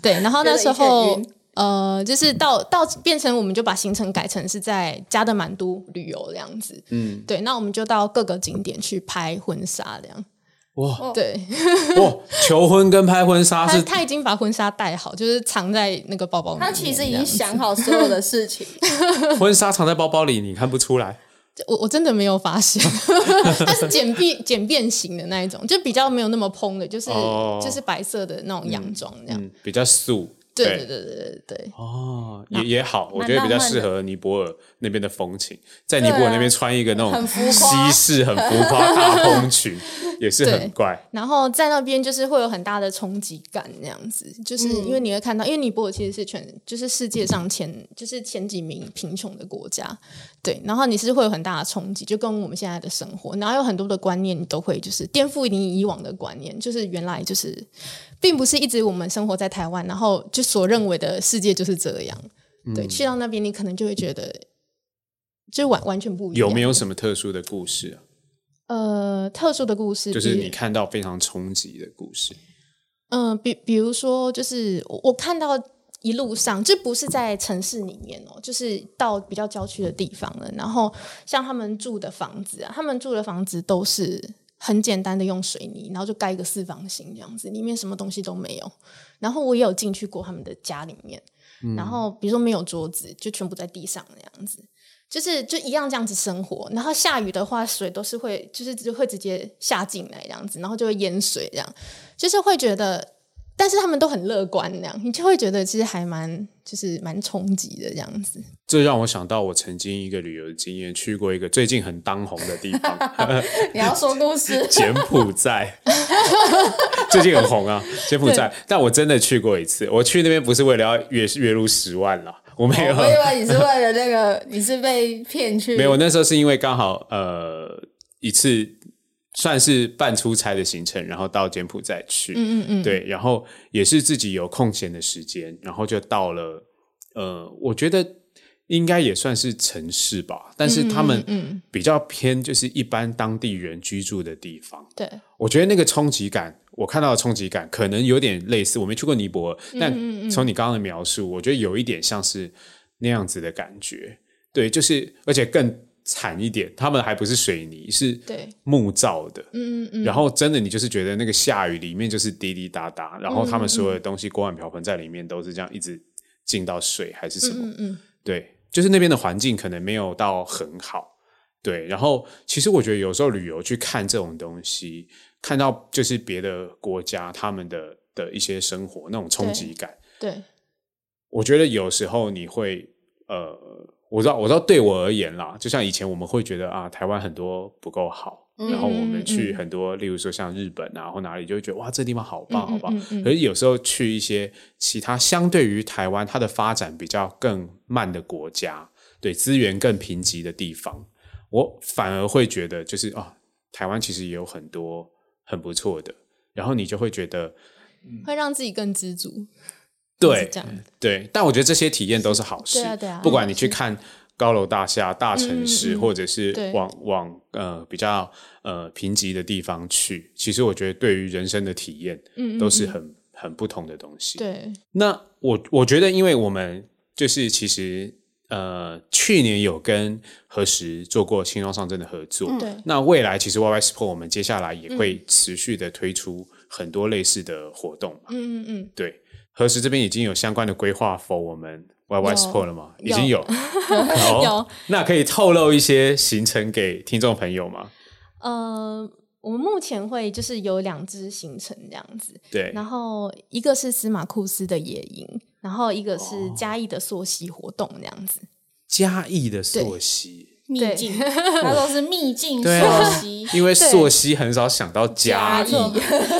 [SPEAKER 3] 对，然后那时
[SPEAKER 2] 觉得
[SPEAKER 3] 候
[SPEAKER 2] 一切
[SPEAKER 3] 呃，就是到到变成我们就把行程改成是在加德满都旅游这样子。嗯，对，那我们就到各个景点去拍婚纱这样。
[SPEAKER 1] 哇
[SPEAKER 3] 对，
[SPEAKER 1] 哇，求婚跟拍婚纱
[SPEAKER 3] 他
[SPEAKER 1] 是
[SPEAKER 3] 他已经把婚纱带好，就是藏在那个包包里面
[SPEAKER 2] 他
[SPEAKER 3] 这
[SPEAKER 2] 其
[SPEAKER 3] 样子。
[SPEAKER 2] 实已经想好所有的事
[SPEAKER 1] (laughs)
[SPEAKER 2] 情，
[SPEAKER 1] 婚纱藏在包包里，你看不出来。
[SPEAKER 3] 我我真的没有
[SPEAKER 1] (laughs)
[SPEAKER 3] 发现，它是简便简便型的那一种，就比较没有那么蓬的，就是、
[SPEAKER 1] 哦
[SPEAKER 3] 就是白色的那种洋装这样。
[SPEAKER 1] 嗯，比较素。
[SPEAKER 3] 对对对对对对，
[SPEAKER 1] 哦，也也好，我觉得
[SPEAKER 2] 蛮
[SPEAKER 1] 比较
[SPEAKER 2] 浪漫
[SPEAKER 1] 适
[SPEAKER 2] 的啊
[SPEAKER 1] 合尼泊尔那边的风情，在尼泊尔那边穿一个那种
[SPEAKER 2] 很浮
[SPEAKER 1] 西
[SPEAKER 2] 夸
[SPEAKER 1] 式很浮夸大蓬裙，也是很
[SPEAKER 3] 对
[SPEAKER 1] 怪。
[SPEAKER 3] 然后在那边就是会有很大的冲击感，这样子，就是因
[SPEAKER 1] 嗯
[SPEAKER 3] 为你会看到，因为尼泊尔其实是全就是世界上前就是前几名贫穷的国家，对，然后你是会有很大的冲击，就跟我们现在的生活，然后有很多的观念你都会就是颠覆你以往的观念，就是原来就是并不是一直我们生活在
[SPEAKER 1] 嗯
[SPEAKER 3] 台湾，然后就所认为的世界就是这样，对，去到那边你可能就会觉得就是完完全不一样。
[SPEAKER 1] 有没有什么特殊的故事啊？
[SPEAKER 3] 呃特殊的故事？
[SPEAKER 1] 就是
[SPEAKER 3] 比
[SPEAKER 1] 你看到非常冲击的故事，
[SPEAKER 3] 嗯，比比如说，就是我我看到一路上，这不是在城市里面哦，就是到比较郊区的地方了。然后像他们住的房子啊，他们住的房子都是很简单的用水泥，然后就盖一个四方形这样子，里面什么东西都没有。然后我也有进去过他们的家里面，然后比如说没有桌子，就全部在地上那样子。就是就一样这样子生活，然后下雨的话，水都是会就是只会直接下进来这样子，然后就会淹水这样。就是会觉得，但是他们都很乐观，那样你就会觉得其实还蛮就是蛮冲击的这样子。
[SPEAKER 1] 这让我想到我曾经一个旅游的经验，去过一个最近很当红的地方，，
[SPEAKER 2] 你要说故事
[SPEAKER 1] 柬埔寨， (laughs) 最近很红啊，柬埔寨。但我真的去过一次，我去那边不是为了要月月入十万啦，我没有，
[SPEAKER 2] 我哦以为你是为了那个，你是被骗去，
[SPEAKER 1] 没有，那时候是因为刚好呃一次算是半出差的行程，然后到柬埔寨去，嗯嗯嗯，对，然后也是自己有空闲的时间，然后就到了，呃，我觉得应该也算是城市吧，但是他们比较偏就是一般当地人居住的地方，
[SPEAKER 3] 对，
[SPEAKER 1] 我觉得那个冲击感，我看到的冲击感可能有点类似，我没去过尼泊尔，
[SPEAKER 3] 嗯
[SPEAKER 1] 但从你刚刚的描述，我觉得有一点像是那样子的感觉。对，就是而且更惨一点，他们还不是水泥，是
[SPEAKER 3] 对
[SPEAKER 1] 木造的。
[SPEAKER 3] 嗯嗯嗯，
[SPEAKER 1] 然后真的，你就是觉得那个下雨里面就是滴滴答答，然
[SPEAKER 3] 嗯
[SPEAKER 1] 后他们所有的东西锅碗瓢盆在里面都是这样一直进到水还是什么，
[SPEAKER 3] 嗯嗯，
[SPEAKER 1] 对，就是那边的环境可能没有到很好，对。然后其实我觉得有时候旅游去看这种东西，看到就是别的国家他们的的一些生活那种冲击感，
[SPEAKER 3] 对，
[SPEAKER 1] 我觉得有时候你会呃，我知道我知道对我而言啦，就像以前我们会觉得啊，台湾很多不够好。
[SPEAKER 3] 嗯
[SPEAKER 1] 然后我们去很多，例如说像日本啊或哪里，就会觉得哇，这地方好
[SPEAKER 3] 嗯
[SPEAKER 1] 棒，好棒。可是有时候去一些其他相对于台湾它的发展比较更慢的国家，对资源更贫瘠的地方，我反而会觉得就是啊，台湾其实也有很多很不错的，然后你就会觉得
[SPEAKER 3] 会让自己更知足。
[SPEAKER 1] 嗯对嗯
[SPEAKER 3] 是这样的，
[SPEAKER 1] 对，但我觉得这些体验都是好事。
[SPEAKER 3] 对啊对啊
[SPEAKER 1] 不管你去看高楼大厦、大城市，
[SPEAKER 3] 嗯嗯
[SPEAKER 1] 或者是
[SPEAKER 3] 对
[SPEAKER 1] 往往呃比较呃贫瘠的地方去，其实我觉得对于人生的体验，
[SPEAKER 3] 嗯嗯
[SPEAKER 1] 都是很很不同的东西。
[SPEAKER 3] 对，
[SPEAKER 1] 那我我觉得，因为我们就是其实呃去年有跟何时做过轻装上阵的合作，
[SPEAKER 3] 对
[SPEAKER 1] 那未来其实 YY Sport 我们接下来也
[SPEAKER 3] 嗯
[SPEAKER 1] 会持续的推出很多类似的活动嘛。
[SPEAKER 3] 嗯嗯嗯，
[SPEAKER 1] 对，何时这边已经有相关的规划 for 我们 YY
[SPEAKER 3] 有
[SPEAKER 1] Sport 了吗？已
[SPEAKER 3] 有
[SPEAKER 1] 经有，
[SPEAKER 3] (laughs)
[SPEAKER 1] 好
[SPEAKER 3] 有。
[SPEAKER 1] 那可以透露一些行程给听众朋友吗？
[SPEAKER 3] 呃，我们目前会就是有两支行程这样子，
[SPEAKER 1] 对，
[SPEAKER 3] 然后一个是司马库斯的野营，然后一个是
[SPEAKER 1] 哦
[SPEAKER 3] 嘉义的溯溪活动这样子。
[SPEAKER 1] 嘉义的溯溪，
[SPEAKER 2] 秘
[SPEAKER 3] 对 (laughs)
[SPEAKER 2] 境，他说是秘境
[SPEAKER 1] 对啊
[SPEAKER 2] 溯溪，
[SPEAKER 1] 因为溯溪很少想到嘉义
[SPEAKER 2] 嘉义，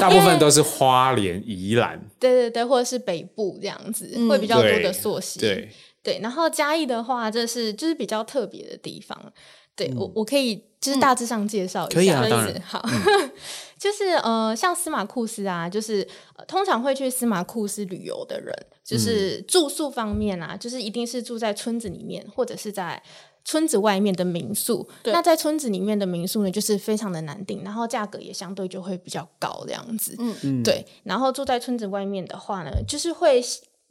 [SPEAKER 1] 大部分都是花莲、宜兰。
[SPEAKER 3] 对对对，或者是北部这样子，
[SPEAKER 2] 嗯
[SPEAKER 3] 会比较多
[SPEAKER 1] 对
[SPEAKER 3] 的溯溪。
[SPEAKER 1] 对，
[SPEAKER 3] 对，然后嘉义的话，这是就是比较特别的地方。对、我，我可以就是大致上介绍一
[SPEAKER 1] 嗯
[SPEAKER 3] 下，
[SPEAKER 1] 可以啊
[SPEAKER 3] 就是
[SPEAKER 1] 当然嗯
[SPEAKER 3] 好， (laughs) 就是呃，像司马库斯啊，就是、呃通常会去司马库斯旅游的人，
[SPEAKER 1] 嗯
[SPEAKER 3] 就是住宿方面啊，就是一定是住在村子里面，或者是在。村子外面的民宿，
[SPEAKER 2] 对
[SPEAKER 3] 那在村子里面的民宿呢，就是非常的难订，然后价格也相对就会比较高这样子。
[SPEAKER 1] 嗯
[SPEAKER 3] 对，然后住在村子外面的话呢，就是会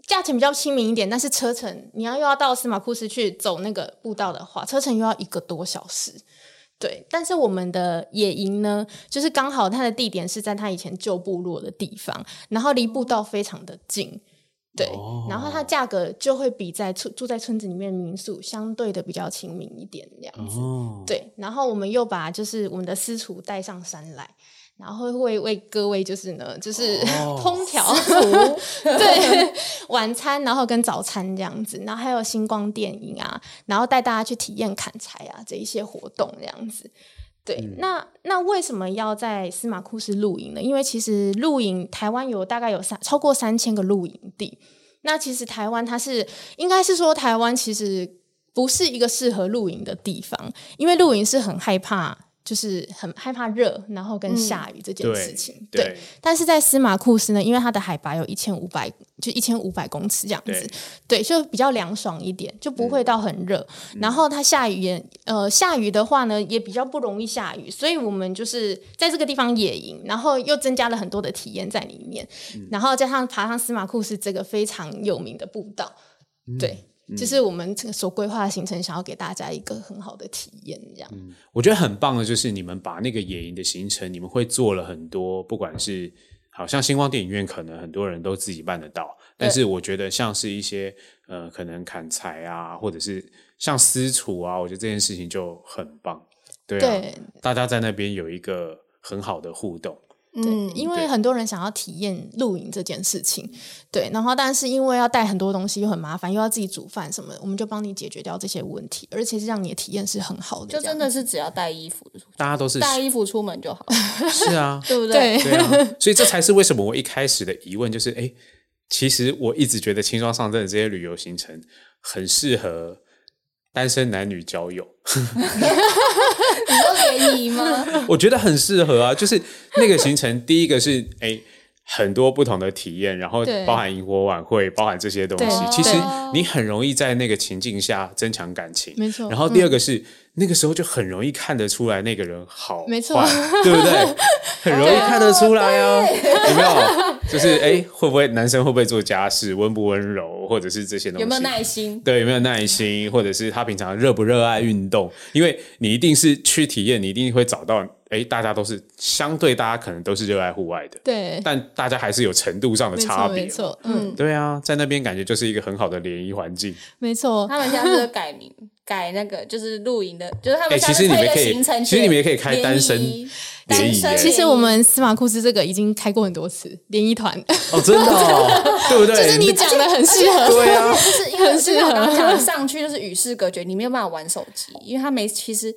[SPEAKER 3] 价钱比较亲民一点，但是车程你要又要到司马库斯去走那个步道的话，车程又要一个多小时。对，但是我们的野营呢，就是刚好它的地点是在它以前旧部落的地方，然后离步道非常的近。对，然后它价格就会比在村住在村子里面的民宿相对的比较亲民一点，这样子。
[SPEAKER 1] 哦，
[SPEAKER 3] 对，然后我们又把就是我们的私厨带上山来，然后会为各位就是呢，就是、 (laughs) 烹调
[SPEAKER 2] (laughs)
[SPEAKER 3] 对晚餐，然后跟早餐这样子，然后还有星光电影啊，然后带大家去体验砍柴啊这一些活动这样子。对，那那为什么要在司马库斯露营呢？因为其实露营台湾有大概有三超过三千个露营地，那其实台湾它是应该是说台湾其实不是一个适合露营的地方，因为露营是很害怕就是很害怕热，然后跟下雨这件事情。对，
[SPEAKER 1] 对
[SPEAKER 3] 但是在司马库斯呢，因为它的海拔有一千五百，就一千五百公尺这样子
[SPEAKER 1] 对，嗯
[SPEAKER 3] 对，就比较凉爽一点，就不会到很热。然后它下雨也，呃，下雨的话呢，也比较不容易下雨，所以我们就是在这个地方野营，然后又增加了很多的体验在里面，
[SPEAKER 1] 嗯
[SPEAKER 3] 然后加上爬上司马库斯这个非常有名的步道，
[SPEAKER 1] 嗯
[SPEAKER 3] 对。就是我们这个所规划的行程，想要给大家一个很好的体验，这样。
[SPEAKER 1] 我觉得很棒的就是你们把那个野营的行程，你们会做了很多，不管是好像星光电影院，可能很多人都自己办得到，但是我觉得像是一些呃，可能砍柴啊，或者是像私厨啊，我觉得这件事情就很棒，对啊，
[SPEAKER 3] 对
[SPEAKER 1] 大家在那边有一个很好的互动，
[SPEAKER 3] 对，
[SPEAKER 2] 嗯，
[SPEAKER 3] 因为很多人想要体验露营这件事情，对，然后但是因为要带很多东西又很麻烦，又要自己煮饭什么的，我们就帮你解决掉这些问题，而且是让你的体验是很好的这
[SPEAKER 2] 就
[SPEAKER 3] 样，
[SPEAKER 2] 真的是只要带衣服，
[SPEAKER 1] 大家都是
[SPEAKER 2] 带衣服出门就好，
[SPEAKER 1] (laughs) 是啊，
[SPEAKER 2] 对不对？
[SPEAKER 3] 对
[SPEAKER 1] 对啊，所以这才是为什么我一开始的疑问就是，哎，其实我一直觉得轻装上阵的这些旅游行程很适合单身男女交友，
[SPEAKER 2] 你说联
[SPEAKER 1] (laughs)
[SPEAKER 2] 谊吗？
[SPEAKER 1] 我觉得很适合啊。就是那个行程，第一个是哎。诶很多不同的体验，然后
[SPEAKER 3] 对
[SPEAKER 1] 包含萤火晚会，包含这些东西
[SPEAKER 3] 对，
[SPEAKER 1] 其实
[SPEAKER 3] 对
[SPEAKER 1] 你很容易在那个情境下增强感情。
[SPEAKER 3] 没错
[SPEAKER 1] 然后第二个是、那个时候就很容易看得出来那个人好，
[SPEAKER 3] 没错，
[SPEAKER 1] (laughs) 对不
[SPEAKER 3] (laughs)
[SPEAKER 1] 对？很容易看得出来啊，有没有？就是哎，会不会男生会不会做家事，温不温柔，或者是这些东西？
[SPEAKER 2] 有没有耐心？
[SPEAKER 1] 对，有没有耐心，或者是他平常热不热爱运动？因为你一定是去体验，你一定会找到，哎，大家都是相对，大家可能都是热爱户外的， (laughs)
[SPEAKER 3] 对，
[SPEAKER 1] 但大家还是有程度上的
[SPEAKER 3] 没
[SPEAKER 1] 差
[SPEAKER 3] 错，
[SPEAKER 1] 别
[SPEAKER 3] 没
[SPEAKER 1] 嘛。
[SPEAKER 3] 错，嗯，
[SPEAKER 1] 对啊，在那边感觉就是一个很好的联谊环境。
[SPEAKER 3] 没错，
[SPEAKER 2] 他们下次就改名，改那个就是露营的，就是他
[SPEAKER 1] 哎，
[SPEAKER 2] 们下
[SPEAKER 1] 其实
[SPEAKER 2] 次
[SPEAKER 1] 你
[SPEAKER 2] 推
[SPEAKER 1] 们
[SPEAKER 2] 的
[SPEAKER 1] 可以
[SPEAKER 2] 行程，，
[SPEAKER 1] 其实你们也可以开单身
[SPEAKER 2] 联谊
[SPEAKER 1] 联
[SPEAKER 2] 单
[SPEAKER 1] 谊
[SPEAKER 2] 身
[SPEAKER 1] 耶，
[SPEAKER 3] 其实我们司马库斯这个已经开过很多次联谊团，
[SPEAKER 1] (laughs) 哦，真的哦， (laughs) 对不对？
[SPEAKER 3] 就是你讲的很适合，
[SPEAKER 1] 对 (laughs) 啊，
[SPEAKER 2] 哦就是因为
[SPEAKER 3] 很
[SPEAKER 2] 就是
[SPEAKER 3] 适
[SPEAKER 2] 我
[SPEAKER 3] 合
[SPEAKER 2] 刚刚讲的上去就是与世隔绝，你没有办法玩手机，因为它没其实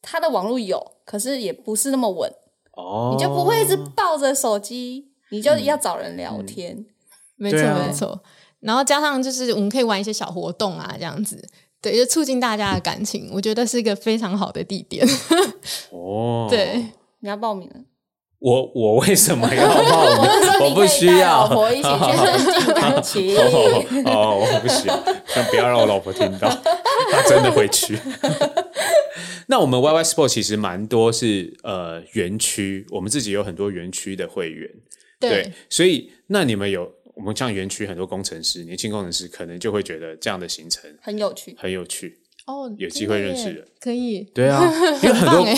[SPEAKER 2] 它的网络有，可是也不是那么稳，
[SPEAKER 1] 哦，
[SPEAKER 2] 你就不会一直抱着手机，你就要找人聊天。
[SPEAKER 3] 没错，
[SPEAKER 1] 对啊
[SPEAKER 3] 没错。然后加上就是我们可以玩一些小活动啊，这样子，对，就促进大家的感情，我觉得是一个非常好的地点，
[SPEAKER 1] 哦，
[SPEAKER 3] (laughs) 对。
[SPEAKER 2] 你要报名
[SPEAKER 1] (laughs)
[SPEAKER 2] 了，
[SPEAKER 1] 我我为什么要报名？
[SPEAKER 2] 说
[SPEAKER 1] 我
[SPEAKER 2] 你
[SPEAKER 1] 不
[SPEAKER 2] 可
[SPEAKER 1] 需
[SPEAKER 2] 以带
[SPEAKER 1] 要。
[SPEAKER 2] 老婆一起
[SPEAKER 1] 好
[SPEAKER 2] 去
[SPEAKER 1] 好
[SPEAKER 2] 增进感情。
[SPEAKER 1] (laughs) 哦哦，我不行，但不要让我老婆听到，她真的会去。 (laughs) 那我们 YY Sport 其实蛮多是呃园区，我们自己有很多园区的会员，
[SPEAKER 3] 对，
[SPEAKER 1] 所以那你们有我们像园区很多工程师，年轻工程师可能就会觉得这样的行程
[SPEAKER 2] 很有趣，
[SPEAKER 1] 很有趣，
[SPEAKER 3] 哦，
[SPEAKER 1] 有机
[SPEAKER 3] 真
[SPEAKER 1] 会
[SPEAKER 3] 的
[SPEAKER 1] 认识
[SPEAKER 3] 耶
[SPEAKER 1] 人，
[SPEAKER 3] 可以，
[SPEAKER 1] 对啊， (laughs) 因为很
[SPEAKER 3] 棒
[SPEAKER 1] 多
[SPEAKER 3] 哎，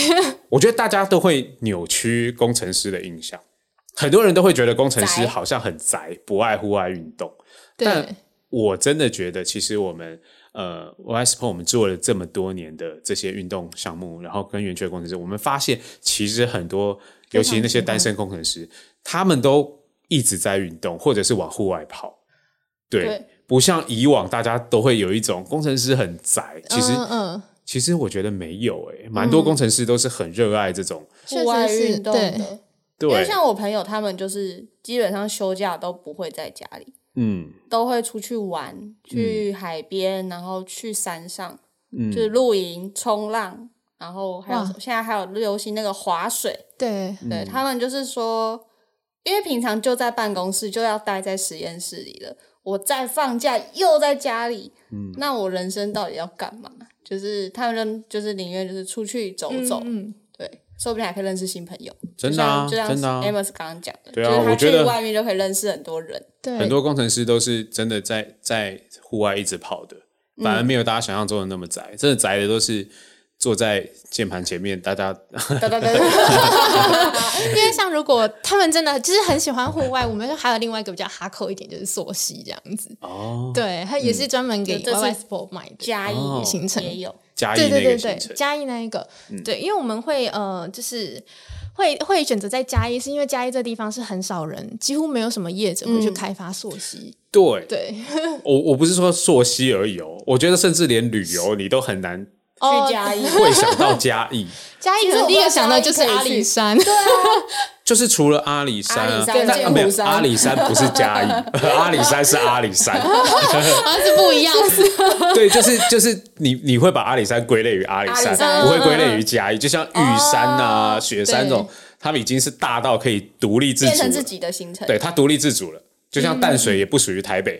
[SPEAKER 1] 我觉得大家都会扭曲工程师的印象，很多人都会觉得工程师
[SPEAKER 2] 宅
[SPEAKER 1] 好像很宅，不爱户外运动。但
[SPEAKER 3] 对，
[SPEAKER 1] 我真的觉得，其实我们呃 y s p o 我们做了这么多年的这些运动项目，然后跟园区的工程师，我们发现其实很多，尤其那些单身工程师，他们都一直在运动，或者是往户外跑。对，
[SPEAKER 2] 对
[SPEAKER 1] 不像以往大家都会有一种工程师很宅，其实、
[SPEAKER 3] 嗯嗯，
[SPEAKER 1] 其实我觉得没有诶、蛮
[SPEAKER 2] 嗯
[SPEAKER 1] 多工程师都是很热爱这种。
[SPEAKER 3] 确
[SPEAKER 2] 户外
[SPEAKER 3] 实是
[SPEAKER 2] 运动
[SPEAKER 3] 对
[SPEAKER 2] 的。因为
[SPEAKER 1] 对，
[SPEAKER 2] 像我朋友他们就是基本上休假都不会在家里，
[SPEAKER 1] 嗯
[SPEAKER 2] 都会出去玩，去海边，然后去山上，
[SPEAKER 1] 嗯，
[SPEAKER 2] 就是露营、冲浪，然后还有
[SPEAKER 3] 哇
[SPEAKER 2] 什么现在还有流行那个划水。
[SPEAKER 3] 对，
[SPEAKER 1] 嗯
[SPEAKER 2] 对他们就是说，因为平常就在办公室，就要待在实验室里了。我在放假又在家里，
[SPEAKER 1] 嗯
[SPEAKER 2] 那我人生到底要干嘛？就是他们就是宁愿就是出去走走，
[SPEAKER 3] 嗯，
[SPEAKER 2] 对，说不定还可以认识新朋友。
[SPEAKER 1] 真的啊，
[SPEAKER 2] 就像
[SPEAKER 1] 真的啊。
[SPEAKER 2] Amos 刚刚讲的，
[SPEAKER 1] 对啊
[SPEAKER 2] 就是他
[SPEAKER 1] 我觉得
[SPEAKER 2] 去外面就可以认识很多
[SPEAKER 1] (laughs)
[SPEAKER 2] 人。
[SPEAKER 3] 对，
[SPEAKER 1] 很多工程师都是真的在在户外一直跑的，反而没有大家想象中的那么宅。真的宅的都是坐在键盘前面，大家
[SPEAKER 2] 哒哒哒哒
[SPEAKER 3] 因为像如果他们真的就是很喜欢户外，我们就还有另外一个比较哈扣一点，就是溯溪这样子，
[SPEAKER 1] 哦，
[SPEAKER 3] 对，它也是专门给
[SPEAKER 2] 嗯这是
[SPEAKER 3] YY Sport 买的，
[SPEAKER 2] 嘉
[SPEAKER 1] 哦
[SPEAKER 2] 义
[SPEAKER 3] 行程
[SPEAKER 2] 也有，
[SPEAKER 1] 嘉义
[SPEAKER 3] 对对
[SPEAKER 1] 那
[SPEAKER 3] 对
[SPEAKER 1] 个行
[SPEAKER 3] 对，
[SPEAKER 1] 程，嗯
[SPEAKER 3] 嘉义那一个，对，因为我们会呃，就是会会选择在嘉义，是因为嘉义这地方是很少人，几乎没有什么业者会
[SPEAKER 2] 嗯
[SPEAKER 3] 去开发溯溪，
[SPEAKER 1] 对
[SPEAKER 3] 对，
[SPEAKER 1] 我我不是说溯溪而已哦，我觉得甚至连旅游你都很难
[SPEAKER 3] 哦
[SPEAKER 2] 去嘉义。
[SPEAKER 1] 会想到嘉义，
[SPEAKER 3] 嘉义可能第一个想到就是阿里山，
[SPEAKER 2] 对啊，
[SPEAKER 1] 就是除了阿里山、啊，
[SPEAKER 2] 阿里山
[SPEAKER 1] 但
[SPEAKER 2] 剑
[SPEAKER 1] 啊没有
[SPEAKER 2] 湖山
[SPEAKER 1] 阿里山不是嘉义， (laughs) 阿里山是阿里山。
[SPEAKER 2] 啊
[SPEAKER 3] (laughs) 好像是不一样，
[SPEAKER 1] (laughs) 对，就是就是你你会把阿里山归类于阿里
[SPEAKER 2] 阿
[SPEAKER 1] 山，
[SPEAKER 2] 里山
[SPEAKER 1] 不会归类于嘉义，就像玉山啊、
[SPEAKER 2] 哦
[SPEAKER 1] 雪山这种，他们已经是大到可以独立自
[SPEAKER 2] (laughs) 变
[SPEAKER 1] 主
[SPEAKER 2] 成
[SPEAKER 1] 了，
[SPEAKER 2] 自己的嗯行程。
[SPEAKER 1] 对，它独立自主了。就像淡水也不属于台北，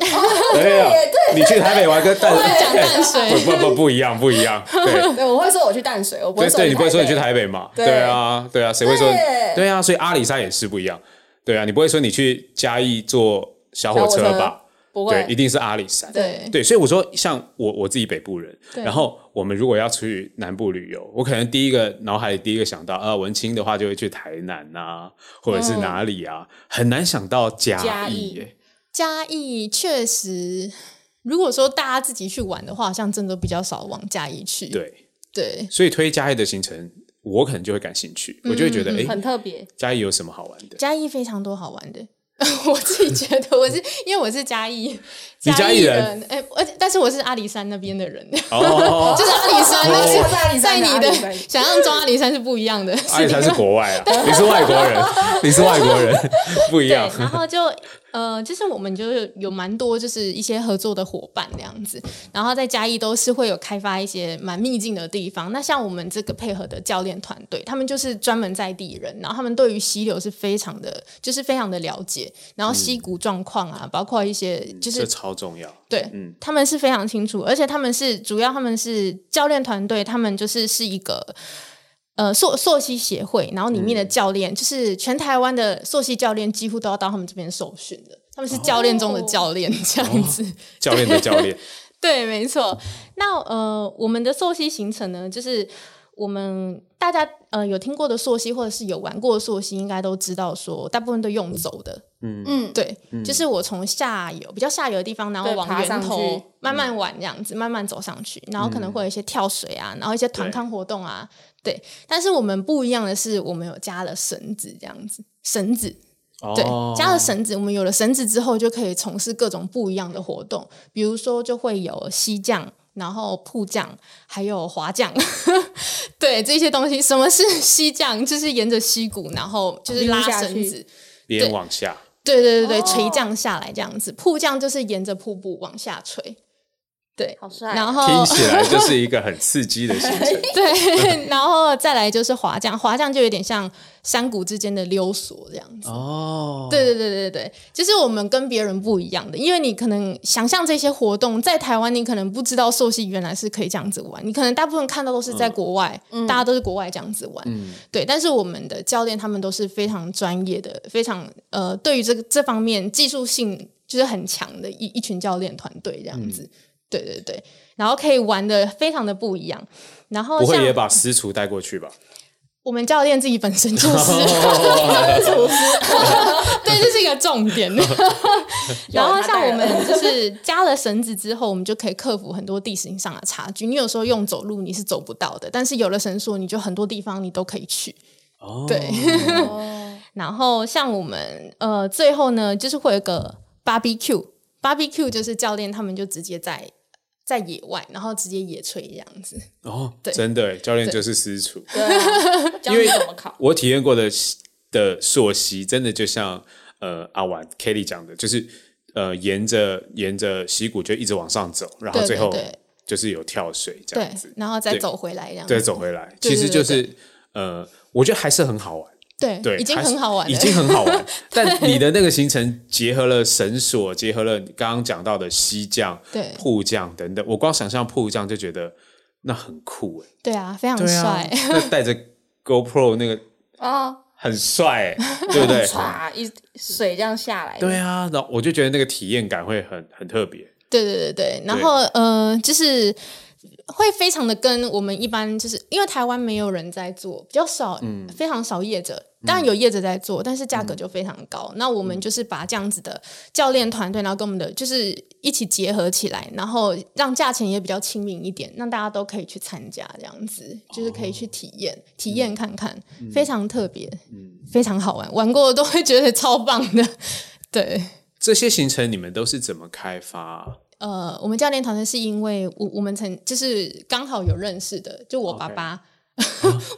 [SPEAKER 2] 哦
[SPEAKER 1] (laughs) 对啊，你去台北玩跟淡
[SPEAKER 3] 会讲淡水
[SPEAKER 1] 哎 (laughs) 不不不不一样，不一样，对。
[SPEAKER 2] (laughs) 对，我会说我去淡水，我不会
[SPEAKER 1] 对
[SPEAKER 2] 说
[SPEAKER 1] 对，你不会说你去
[SPEAKER 2] 台
[SPEAKER 1] 台北嘛？
[SPEAKER 2] 对
[SPEAKER 1] 对啊，对啊，谁会说
[SPEAKER 2] 对耶？
[SPEAKER 1] 对啊，所以阿里山也是不一样。对啊，你不会说你去嘉义坐小火
[SPEAKER 2] 小火车
[SPEAKER 1] 吧？
[SPEAKER 2] 北，不
[SPEAKER 1] 对，
[SPEAKER 2] 会
[SPEAKER 1] 一定是阿里山。
[SPEAKER 3] 对
[SPEAKER 1] 对，所以我说，像我我自己北部人，
[SPEAKER 3] 对
[SPEAKER 1] 然后我们如果要出去南部旅游，我可能第一个脑海里第一个想到，呃，文青的话就会去台南呐、或者是哪里
[SPEAKER 3] 哦
[SPEAKER 1] 啊，很难想到嘉
[SPEAKER 2] 嘉
[SPEAKER 1] 义
[SPEAKER 2] 义
[SPEAKER 1] 耶。
[SPEAKER 3] 嘉义确实，如果说大家自己去玩的话，好像真的比较少往嘉义去。
[SPEAKER 1] 对，
[SPEAKER 3] 对
[SPEAKER 1] 所以推嘉义的行程，我可能就会感兴
[SPEAKER 3] 嗯
[SPEAKER 1] 趣，我就会觉得，哎、
[SPEAKER 2] 很特别。
[SPEAKER 1] 嘉义有什么好玩
[SPEAKER 3] (laughs)
[SPEAKER 1] 的？
[SPEAKER 3] 嘉义非常多好玩的。 (laughs) 我自己觉得我是因为我是嘉义，
[SPEAKER 1] 你嘉义
[SPEAKER 3] 义
[SPEAKER 1] 人，
[SPEAKER 3] 哎、而且但是我是阿里山那边的人，
[SPEAKER 1] 哦，
[SPEAKER 3] 就是阿里山，但
[SPEAKER 2] 我是阿
[SPEAKER 3] 是
[SPEAKER 2] 里山
[SPEAKER 3] 在
[SPEAKER 2] 的
[SPEAKER 3] 你
[SPEAKER 2] 阿里山
[SPEAKER 3] 的想象中阿里山是不一样的。
[SPEAKER 1] 阿里山
[SPEAKER 3] 另
[SPEAKER 1] 是
[SPEAKER 3] 外
[SPEAKER 1] 国外啊，你是外国
[SPEAKER 3] (laughs)
[SPEAKER 1] 人，你是外国人， (laughs) 不一样
[SPEAKER 3] 对，。然后就呃，就是我们就是有蛮多就是一些合作的伙伴那样子，然后在嘉义都是会有开发一些蛮秘境的地方。那像我们这个配合的教练团队，他们就是专门在地人，然后他们对于溪流是非常的，就是非常的了解，然
[SPEAKER 1] 嗯
[SPEAKER 3] 后溪谷状况啊，包括一些就是
[SPEAKER 1] 这超重要，
[SPEAKER 3] 对，
[SPEAKER 1] 嗯
[SPEAKER 3] 他们是非常清楚，而且他们是主要他们是教练团队，他们就是是一个呃溯溯溪协会，然后里面的教练、就是全台湾的溯溪教练几乎都要到他们这边受训的，他们是教练中的教练、这样子。
[SPEAKER 1] 教练的教练，
[SPEAKER 3] (laughs) 对，没错。那呃，我们的溯溪行程呢，就是我们大家呃有听过的溯溪，或者是有玩过的溯溪，应该都知道说，大部分都用走的。
[SPEAKER 2] 嗯，
[SPEAKER 3] 对，就是我从下游比较下游的地方，然后
[SPEAKER 2] 对
[SPEAKER 3] 往
[SPEAKER 2] 爬
[SPEAKER 3] 源
[SPEAKER 2] 上
[SPEAKER 3] 头
[SPEAKER 2] 去
[SPEAKER 3] 慢
[SPEAKER 1] 嗯
[SPEAKER 3] 慢玩这样子，慢慢走上去，然后可能会有一些跳水啊，然后一些团
[SPEAKER 1] 对
[SPEAKER 3] 康活动啊，对。但是我们不一样的是，我们有加了绳子这样子，绳子对，
[SPEAKER 1] 哦
[SPEAKER 3] 加了绳子，我们有了绳子之后，就可以从事各种不一样的活动，比如说就会有溪降，然后瀑降，还有滑降， (laughs) 对这些东西。什么是 (laughs) 溪降？就是沿着溪谷，然后就是
[SPEAKER 2] 啊溜
[SPEAKER 3] 拉
[SPEAKER 2] 下
[SPEAKER 3] 绳
[SPEAKER 2] 去
[SPEAKER 3] 子。
[SPEAKER 1] 边往下，
[SPEAKER 3] 对对对对，
[SPEAKER 2] 哦
[SPEAKER 3] 垂降下来这样子，瀑降就是沿着瀑布往下垂，对，
[SPEAKER 2] 好帅。
[SPEAKER 3] 然
[SPEAKER 1] 听
[SPEAKER 3] 后
[SPEAKER 1] 起来就是一个很刺激的行程。
[SPEAKER 3] (laughs) 对，然后再来就是滑降，滑降就有点像山谷之间的溜索这样子。
[SPEAKER 1] 哦，
[SPEAKER 3] 对对对对对，就是我们跟别人不一样的，因为你可能想象这些活动在台湾，你可能不知道寿喜原来是可以这样子玩，你可能大部分看到都是在国外，大家都是国外这样子玩，对。但是我们的教练他们都是非常专业的，非常呃，对于这个这方面技术性就是很强的一一群教练团队这样子，对对对，然后可以玩的非常的不一样，然后
[SPEAKER 1] 不会
[SPEAKER 3] 像
[SPEAKER 1] 也把私厨带过去吧？
[SPEAKER 3] 我们教练自己本
[SPEAKER 1] (laughs)
[SPEAKER 3] 身就是。 (laughs) 对，这是一个重点。然后
[SPEAKER 2] (laughs)
[SPEAKER 3] 像我们 (laughs) 就是加了绳子之后，我们就可以克服很多地形上的差距。你有时候用走路你是走不到的，但是有了绳索，你就很多地方你都可以去。
[SPEAKER 1] 哦，
[SPEAKER 3] 对， (laughs)
[SPEAKER 2] 啊
[SPEAKER 3] 然后像我们呃，最后呢，就是会有一个 barbecue，barbecue 就是教练他们就直接在在野外，然后直接野炊这样子。
[SPEAKER 1] 哦，
[SPEAKER 3] 对
[SPEAKER 1] 真的耶，教练就是私厨。
[SPEAKER 2] 对啊，教你怎么烤。
[SPEAKER 1] 我体验过的的溯溪，真的就像呃阿婉 Kelly 讲的，就是呃沿着沿着溪谷就一直往上走，然后
[SPEAKER 3] 对
[SPEAKER 1] 最后
[SPEAKER 3] 对对
[SPEAKER 1] 就是有跳水这
[SPEAKER 3] 对
[SPEAKER 1] 样子，，
[SPEAKER 3] 然后再
[SPEAKER 1] 对
[SPEAKER 3] 走回来这样子。
[SPEAKER 1] 再走回来，
[SPEAKER 3] 对
[SPEAKER 1] 其
[SPEAKER 3] 对
[SPEAKER 1] 实
[SPEAKER 3] 对
[SPEAKER 1] 就是呃，我觉得还是很好玩。
[SPEAKER 3] 对
[SPEAKER 1] 对，
[SPEAKER 3] 已经
[SPEAKER 1] 还是
[SPEAKER 3] 很好玩
[SPEAKER 1] 已
[SPEAKER 3] 了，
[SPEAKER 1] 经很好
[SPEAKER 3] (laughs)
[SPEAKER 1] 玩。但你的那个行程结合了绳索，结合了你刚刚讲到的溪降、
[SPEAKER 3] 对
[SPEAKER 1] 瀑降等等，我光想象瀑降就觉得那很酷哎、
[SPEAKER 3] 对啊，非常
[SPEAKER 1] 对啊
[SPEAKER 3] 帅。，
[SPEAKER 1] 那带着 GoPro 那个
[SPEAKER 2] 啊，
[SPEAKER 1] 很
[SPEAKER 3] (laughs)
[SPEAKER 1] 帅、欸，对不对？
[SPEAKER 2] (laughs) 唰一水这样下来，
[SPEAKER 1] 对，啊，然后我就觉得那个体验感会很很特别。
[SPEAKER 3] 对对对对，然后呃，就是会非常的跟我们一般，就是因为台湾没有人在做，比较少，非常少业者。当然有业者在做，但是价格就非常高。那我们就是把这样子的教练团队，然后跟我们的就是一起结合起来，然后让价钱也比较亲民一点，让大家都可以去参加，这样子就是可以去体验、体验看看，非常特别，非常好玩，玩过的都会觉得超棒的。 (laughs) 对，
[SPEAKER 1] 这些行程你们都是怎么开发啊、
[SPEAKER 3] 呃，我们教练团队是因为我我们曾就是刚好有认识的，就我爸爸 (laughs)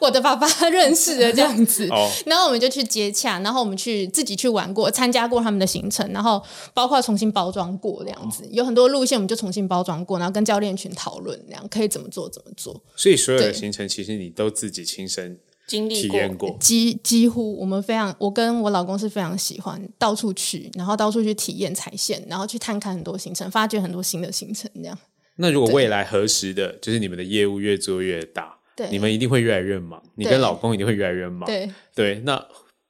[SPEAKER 3] 我的爸爸认识的这样子，
[SPEAKER 1] 啊 (laughs) 哦，
[SPEAKER 3] 然后我们就去接洽，然后我们去自己去玩过，参加过他们的行程，然后包括重新包装过这样
[SPEAKER 1] 哦
[SPEAKER 3] 子，有很多路线我们就重新包装过，然后跟教练群讨论，这样可以怎么做怎么做，
[SPEAKER 1] 所以所有的
[SPEAKER 3] 对
[SPEAKER 1] 行程其实你都自己亲身
[SPEAKER 2] 经历
[SPEAKER 1] 体
[SPEAKER 2] 过，
[SPEAKER 1] 验过，
[SPEAKER 3] 几几乎我们非常，我跟我老公是非常喜欢到处去，然后到处去体验踩线，然后去探看很多行程，发掘很多新的行程这样。
[SPEAKER 1] 那如果未来何时的，就是你们的业务越做越大，
[SPEAKER 3] 对
[SPEAKER 1] 你们一定会越来越忙，你
[SPEAKER 3] 对
[SPEAKER 1] 跟老公一定会越来越忙，
[SPEAKER 3] 对
[SPEAKER 1] 对那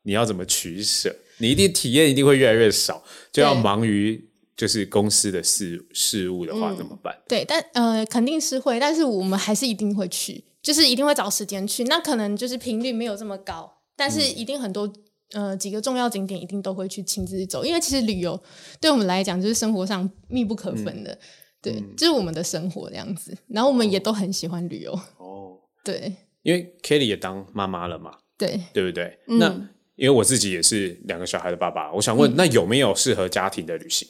[SPEAKER 1] 你要怎么取舍？你一定体验一定会越来越少，就要
[SPEAKER 3] 对
[SPEAKER 1] 忙于就是公司的事事务的话、
[SPEAKER 3] 嗯
[SPEAKER 1] 怎么办？
[SPEAKER 3] 对，但呃肯定是会，但是我们还是一定会去，就是一定会找时间去。那可能就是频率没有这么高，但是
[SPEAKER 1] 嗯
[SPEAKER 3] 一定很多、呃几个重要景点一定都会去亲自走，因为其实旅游对我们来讲就是生活上密不可
[SPEAKER 1] 嗯
[SPEAKER 3] 分的，对，就是我们的生活这样子。然后我们也都很喜欢旅游，
[SPEAKER 1] 哦，
[SPEAKER 3] 对
[SPEAKER 1] 因为 Kelly 也当妈妈了嘛，
[SPEAKER 3] 对。
[SPEAKER 1] 对不对？
[SPEAKER 3] 嗯
[SPEAKER 1] 那因为我自己也是两个小孩的爸爸，我想问，那有没有适合家庭的旅行？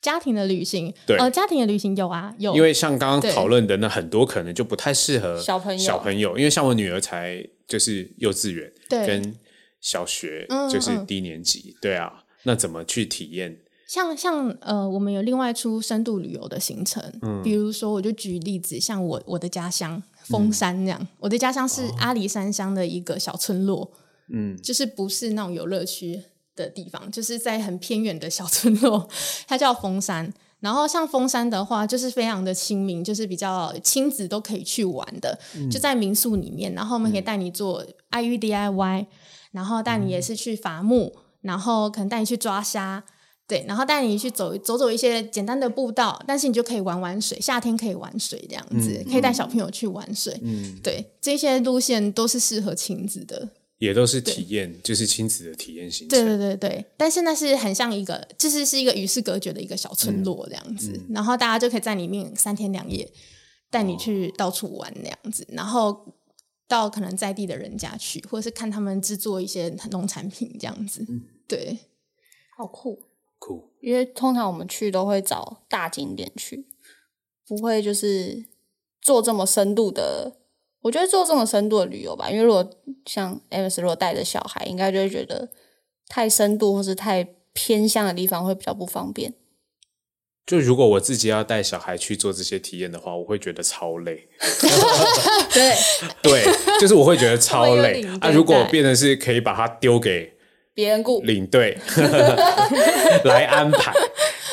[SPEAKER 3] 家庭的旅行，
[SPEAKER 1] 对
[SPEAKER 3] 呃，家庭的旅行有啊，有，
[SPEAKER 1] 因为像刚刚
[SPEAKER 3] 对
[SPEAKER 1] 讨论的那很多，可能就不太适合
[SPEAKER 2] 小朋友
[SPEAKER 1] 小朋友，因为像我女儿才就是幼稚园
[SPEAKER 3] 对
[SPEAKER 1] 跟小学
[SPEAKER 3] 嗯嗯
[SPEAKER 1] 就是低年级，对啊，那怎么去体验？
[SPEAKER 3] 像像呃，我们有另外出深度旅游的行程，比如说我就举例子，像我我的家乡峰山那样，我的家乡是阿里山乡的一个小村落，
[SPEAKER 1] 嗯，
[SPEAKER 3] 就是不是那种游乐区的地方，就是在很偏远的小村落，它叫峰山。然后像峰山的话，就是非常的亲民，就是比较亲子都可以去玩的，就在民宿里面。然后我们可以带你做 IU DIY，、然后带你也是去伐木，然后可能带你去抓虾，对，然后带你去走走走一些简单的步道，但是你就可以玩玩水，夏天可以玩水这样子，可以带小朋友去玩水。嗯，对，这些路线都是适合亲子的。
[SPEAKER 1] 也都是体验，就是亲子的体验行
[SPEAKER 3] 对
[SPEAKER 1] 程。
[SPEAKER 3] 对对对，但是那是很像一个，就是是一个与世隔绝的一个小村落这样子，然后大家就可以在里面三天两夜，带你去到处玩那样子，然后到可能在地的人家去，或者是看他们制作一些农产品这样子，对
[SPEAKER 2] 好酷。
[SPEAKER 1] 酷，
[SPEAKER 2] 因为通常我们去都会找大景点去，不会就是做这么深度的。我觉得做这么深度的旅游吧，因为如果像 Amos 如果带着小孩，应该就会觉得太深度或是太偏向的地方会比较不方便。 (laughs)
[SPEAKER 1] 就如果我自己要带小孩去做这些体验的话，我会觉得超累。 (laughs)
[SPEAKER 2] 对，
[SPEAKER 1] 对，就是我会觉得超
[SPEAKER 3] 会有
[SPEAKER 1] 累
[SPEAKER 3] 领队
[SPEAKER 1] 啊！如果
[SPEAKER 3] 在
[SPEAKER 1] 变成是可以把它丢给
[SPEAKER 2] 别人顾
[SPEAKER 1] 领队 (laughs) 来安排，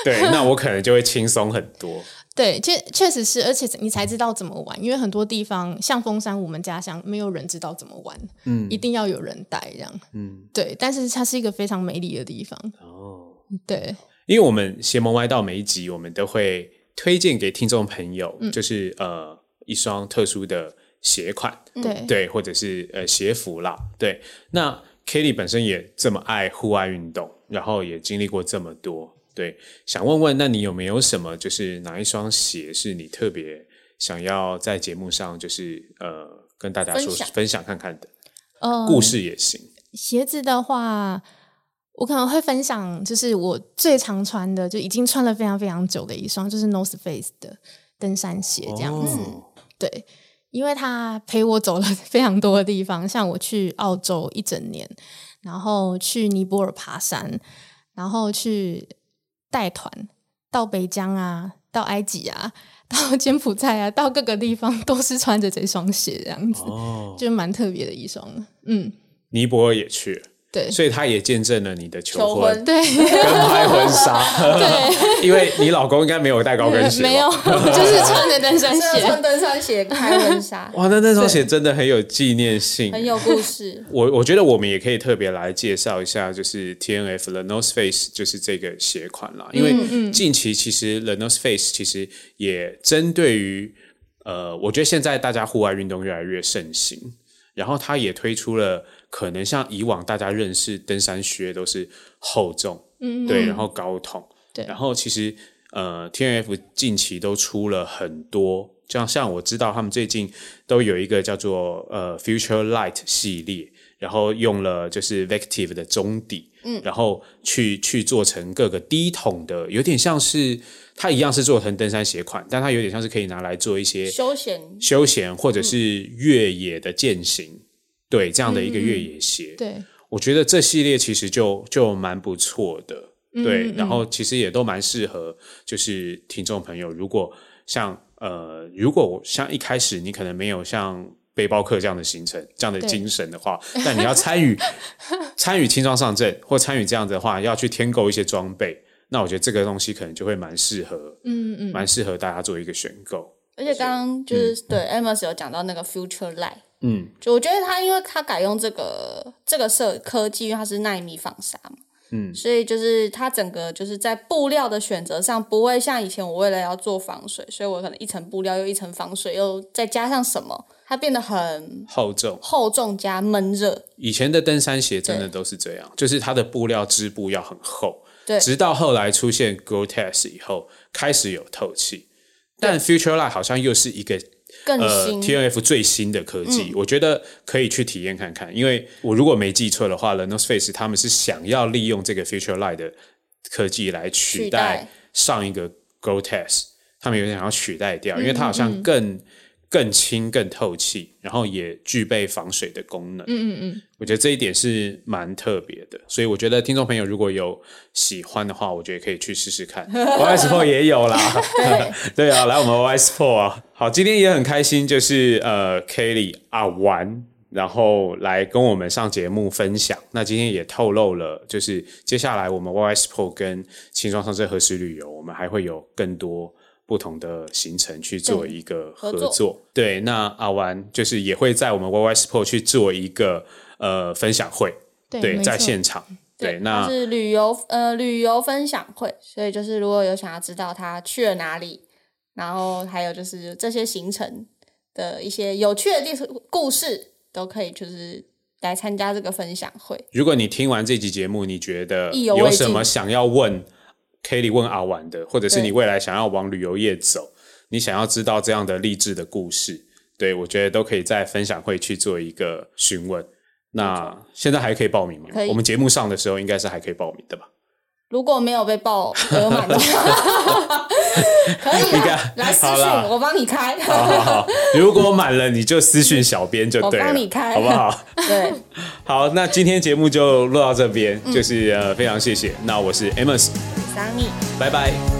[SPEAKER 1] 对，那我可能就会轻松很多。
[SPEAKER 3] 对，确确实是，而且你才知道怎么玩，因为很多地方像峰山，我们家乡没有人知道怎么玩，嗯，一定要有人带这样，嗯，对，但是它是一个非常美丽的地方，
[SPEAKER 1] 哦，
[SPEAKER 3] 对。
[SPEAKER 1] 因为我们邪门歪道每一集，我们都会推荐给听众朋友，
[SPEAKER 3] 嗯
[SPEAKER 1] 就是呃一双特殊的鞋款，
[SPEAKER 3] 对
[SPEAKER 1] 对，或者是呃鞋服啦，对。那 Kelly 本身也这么爱户外运动，然后也经历过这么多，对，想问问，那你有没有什么就是哪一双鞋是你特别想要在节目上就是呃跟大家说
[SPEAKER 2] 分享
[SPEAKER 1] 分享看看的
[SPEAKER 3] 呃
[SPEAKER 1] 故事也行，
[SPEAKER 3] 鞋子的话，我可能会分享，就是我最常穿的，就已经穿了非常非常久的一双，就是 North Face 的登山鞋，这样子。
[SPEAKER 1] 哦
[SPEAKER 3] 对，因为它陪我走了 (laughs) 非常多的地方，像我去澳洲一整年，然后去尼泊尔爬山，然后去带团到北疆啊，到埃及啊，到柬埔寨啊，到各个地方都是穿着这双鞋，这样子，
[SPEAKER 1] 哦，
[SPEAKER 3] 就蛮特别的一双。嗯，
[SPEAKER 1] 尼泊尔也去了。
[SPEAKER 3] 对。
[SPEAKER 1] 所以他也见证了你的求
[SPEAKER 2] 求婚， (laughs)
[SPEAKER 3] 对，
[SPEAKER 1] 跟拍婚纱，对， (laughs) 因为你老公应该没有带高跟鞋，，
[SPEAKER 3] (laughs) 没有，。就是穿着登山
[SPEAKER 2] (laughs) 是要啊
[SPEAKER 3] 鞋
[SPEAKER 2] 穿。登山鞋、开婚纱 (laughs)
[SPEAKER 1] 哇，那那双鞋真的很有纪念性。
[SPEAKER 2] 很有故事。
[SPEAKER 1] 我我觉得我们也可以特别来介绍一下，就是 T N F The North Face 就是这个鞋款啦，因为近期其实 The North Face 其实也针对于呃，我觉得现在大家户外运动越来越盛行，然后它也推出了可能像以往大家认识登山靴都是厚重，嗯，对，然后高筒，
[SPEAKER 3] 对
[SPEAKER 1] 然后其实呃，T N F 近期都出了很多，像像我知道他们最近都有一个叫做呃 Future Light 系列，然后用了就是 Vective 的中底，嗯，然后去去做成各个低筒的，有点像是它一样是做成登山鞋款，但它有点像是可以拿来做一些
[SPEAKER 2] 休闲
[SPEAKER 1] 休闲或者是
[SPEAKER 3] 嗯
[SPEAKER 1] 越野的践行，对这样的一个越野鞋，
[SPEAKER 3] 对，
[SPEAKER 1] 我觉得这系列其实就就蛮不错的，对，
[SPEAKER 3] 嗯
[SPEAKER 1] 然后其实也都蛮适合，就是听众朋友，如果像呃，如果我像一开始你可能没有像背包客这样的行程、这样的
[SPEAKER 3] 对
[SPEAKER 1] 精神的话，那你要参
[SPEAKER 3] (laughs)
[SPEAKER 1] 与参与轻装上阵或参与这样子的话，要去添购一些装备，那我觉得这个东西可能就会蛮适合，
[SPEAKER 3] 嗯嗯，
[SPEAKER 1] 蛮适合大家做一个选购。
[SPEAKER 2] 而且刚刚就是、对 Amos 有讲到那个 Future Light，
[SPEAKER 1] 嗯，
[SPEAKER 2] 就我觉得它因为它改用这个这个设科技，因为它是纳米纺纱嘛，
[SPEAKER 1] 嗯
[SPEAKER 2] 所以就是它整个就是在布料的选择上，不会像以前我为了要做防水，所以我可能一层布料又一层防水，又再加上什么，它变得很
[SPEAKER 1] 厚重，
[SPEAKER 2] 厚重加闷热。
[SPEAKER 1] 以前的登山鞋真的都是这样，就是它的布料织布要很厚，
[SPEAKER 2] 对
[SPEAKER 1] 直到后来出现 Gore-Tex 以后，开始有透气，但 Future Light 好像又是一个
[SPEAKER 2] 更
[SPEAKER 1] 呃
[SPEAKER 2] 新，
[SPEAKER 1] T N F 最新的科技，我觉得可以去体验看看。因为我如果没记错的话 l e n o s p a c e 他们是想要利用这个 Future Light 的科技来取
[SPEAKER 2] 取代
[SPEAKER 1] 代上一个 Go Test，他们有点想要取代掉，因为它好像更、更轻、更透气，然后也具备防水的功能。
[SPEAKER 3] 嗯嗯嗯，
[SPEAKER 1] 我觉得这一点是蛮特别的，所以我觉得听众朋友如果有喜欢的话，我觉得可以去试试看。Y S p o r 也有啦， (laughs) 对啊，来我们 Y S p o r 啊，好，今天也很开心，就是呃 Kelly 啊玩，然后来跟我们上节目分享。那今天也透露了，就是接下来我们 Y S p o r 跟轻装上车何时旅游，我们还会有更多。不同的行程去做一个合
[SPEAKER 2] 合
[SPEAKER 1] 作，
[SPEAKER 2] 作
[SPEAKER 1] 对，那阿玩就是也会在我们 YY Sport 去做一个呃分享会，
[SPEAKER 3] 对
[SPEAKER 1] 对，
[SPEAKER 3] 没
[SPEAKER 1] 在
[SPEAKER 3] 错
[SPEAKER 1] 现场。对，
[SPEAKER 2] 它
[SPEAKER 1] 那
[SPEAKER 2] 是旅游呃旅游分享会，所以就是如果有想要知道他去了哪里，然后还有就是这些行程的一些有趣的历史故事，都可以就是来参加这个分享会。
[SPEAKER 1] 如果你听完这集节目，你觉得
[SPEAKER 2] 意犹未
[SPEAKER 1] 有什
[SPEAKER 2] 尽
[SPEAKER 1] 么想要问 Kelly 问阿玩的，或者是
[SPEAKER 2] 对
[SPEAKER 1] 你未来想要往旅游业走，你想要知道这样的励志的故事，对我觉得都可以在分享会去做一个询问。那现在还可以报名吗
[SPEAKER 2] 可？以
[SPEAKER 1] 我们节目上的时候应该是还可以报名的吧？ (laughs)
[SPEAKER 2] 如果没有被爆额满的话， (laughs) 可以
[SPEAKER 1] 应
[SPEAKER 2] 啦
[SPEAKER 1] 该，
[SPEAKER 2] 来私
[SPEAKER 1] 好
[SPEAKER 2] 信
[SPEAKER 1] 啦
[SPEAKER 2] 我帮你开。
[SPEAKER 1] 好好好，如果满了你就私讯小编就
[SPEAKER 2] 我
[SPEAKER 1] 对了，
[SPEAKER 2] 帮你开
[SPEAKER 1] 好不好？
[SPEAKER 2] (laughs) 对，
[SPEAKER 1] 好，那今天节
[SPEAKER 2] 嗯
[SPEAKER 1] 目就录到这边，就是呃非常谢谢。那我是 Amos，
[SPEAKER 2] 三米。
[SPEAKER 1] 拜拜。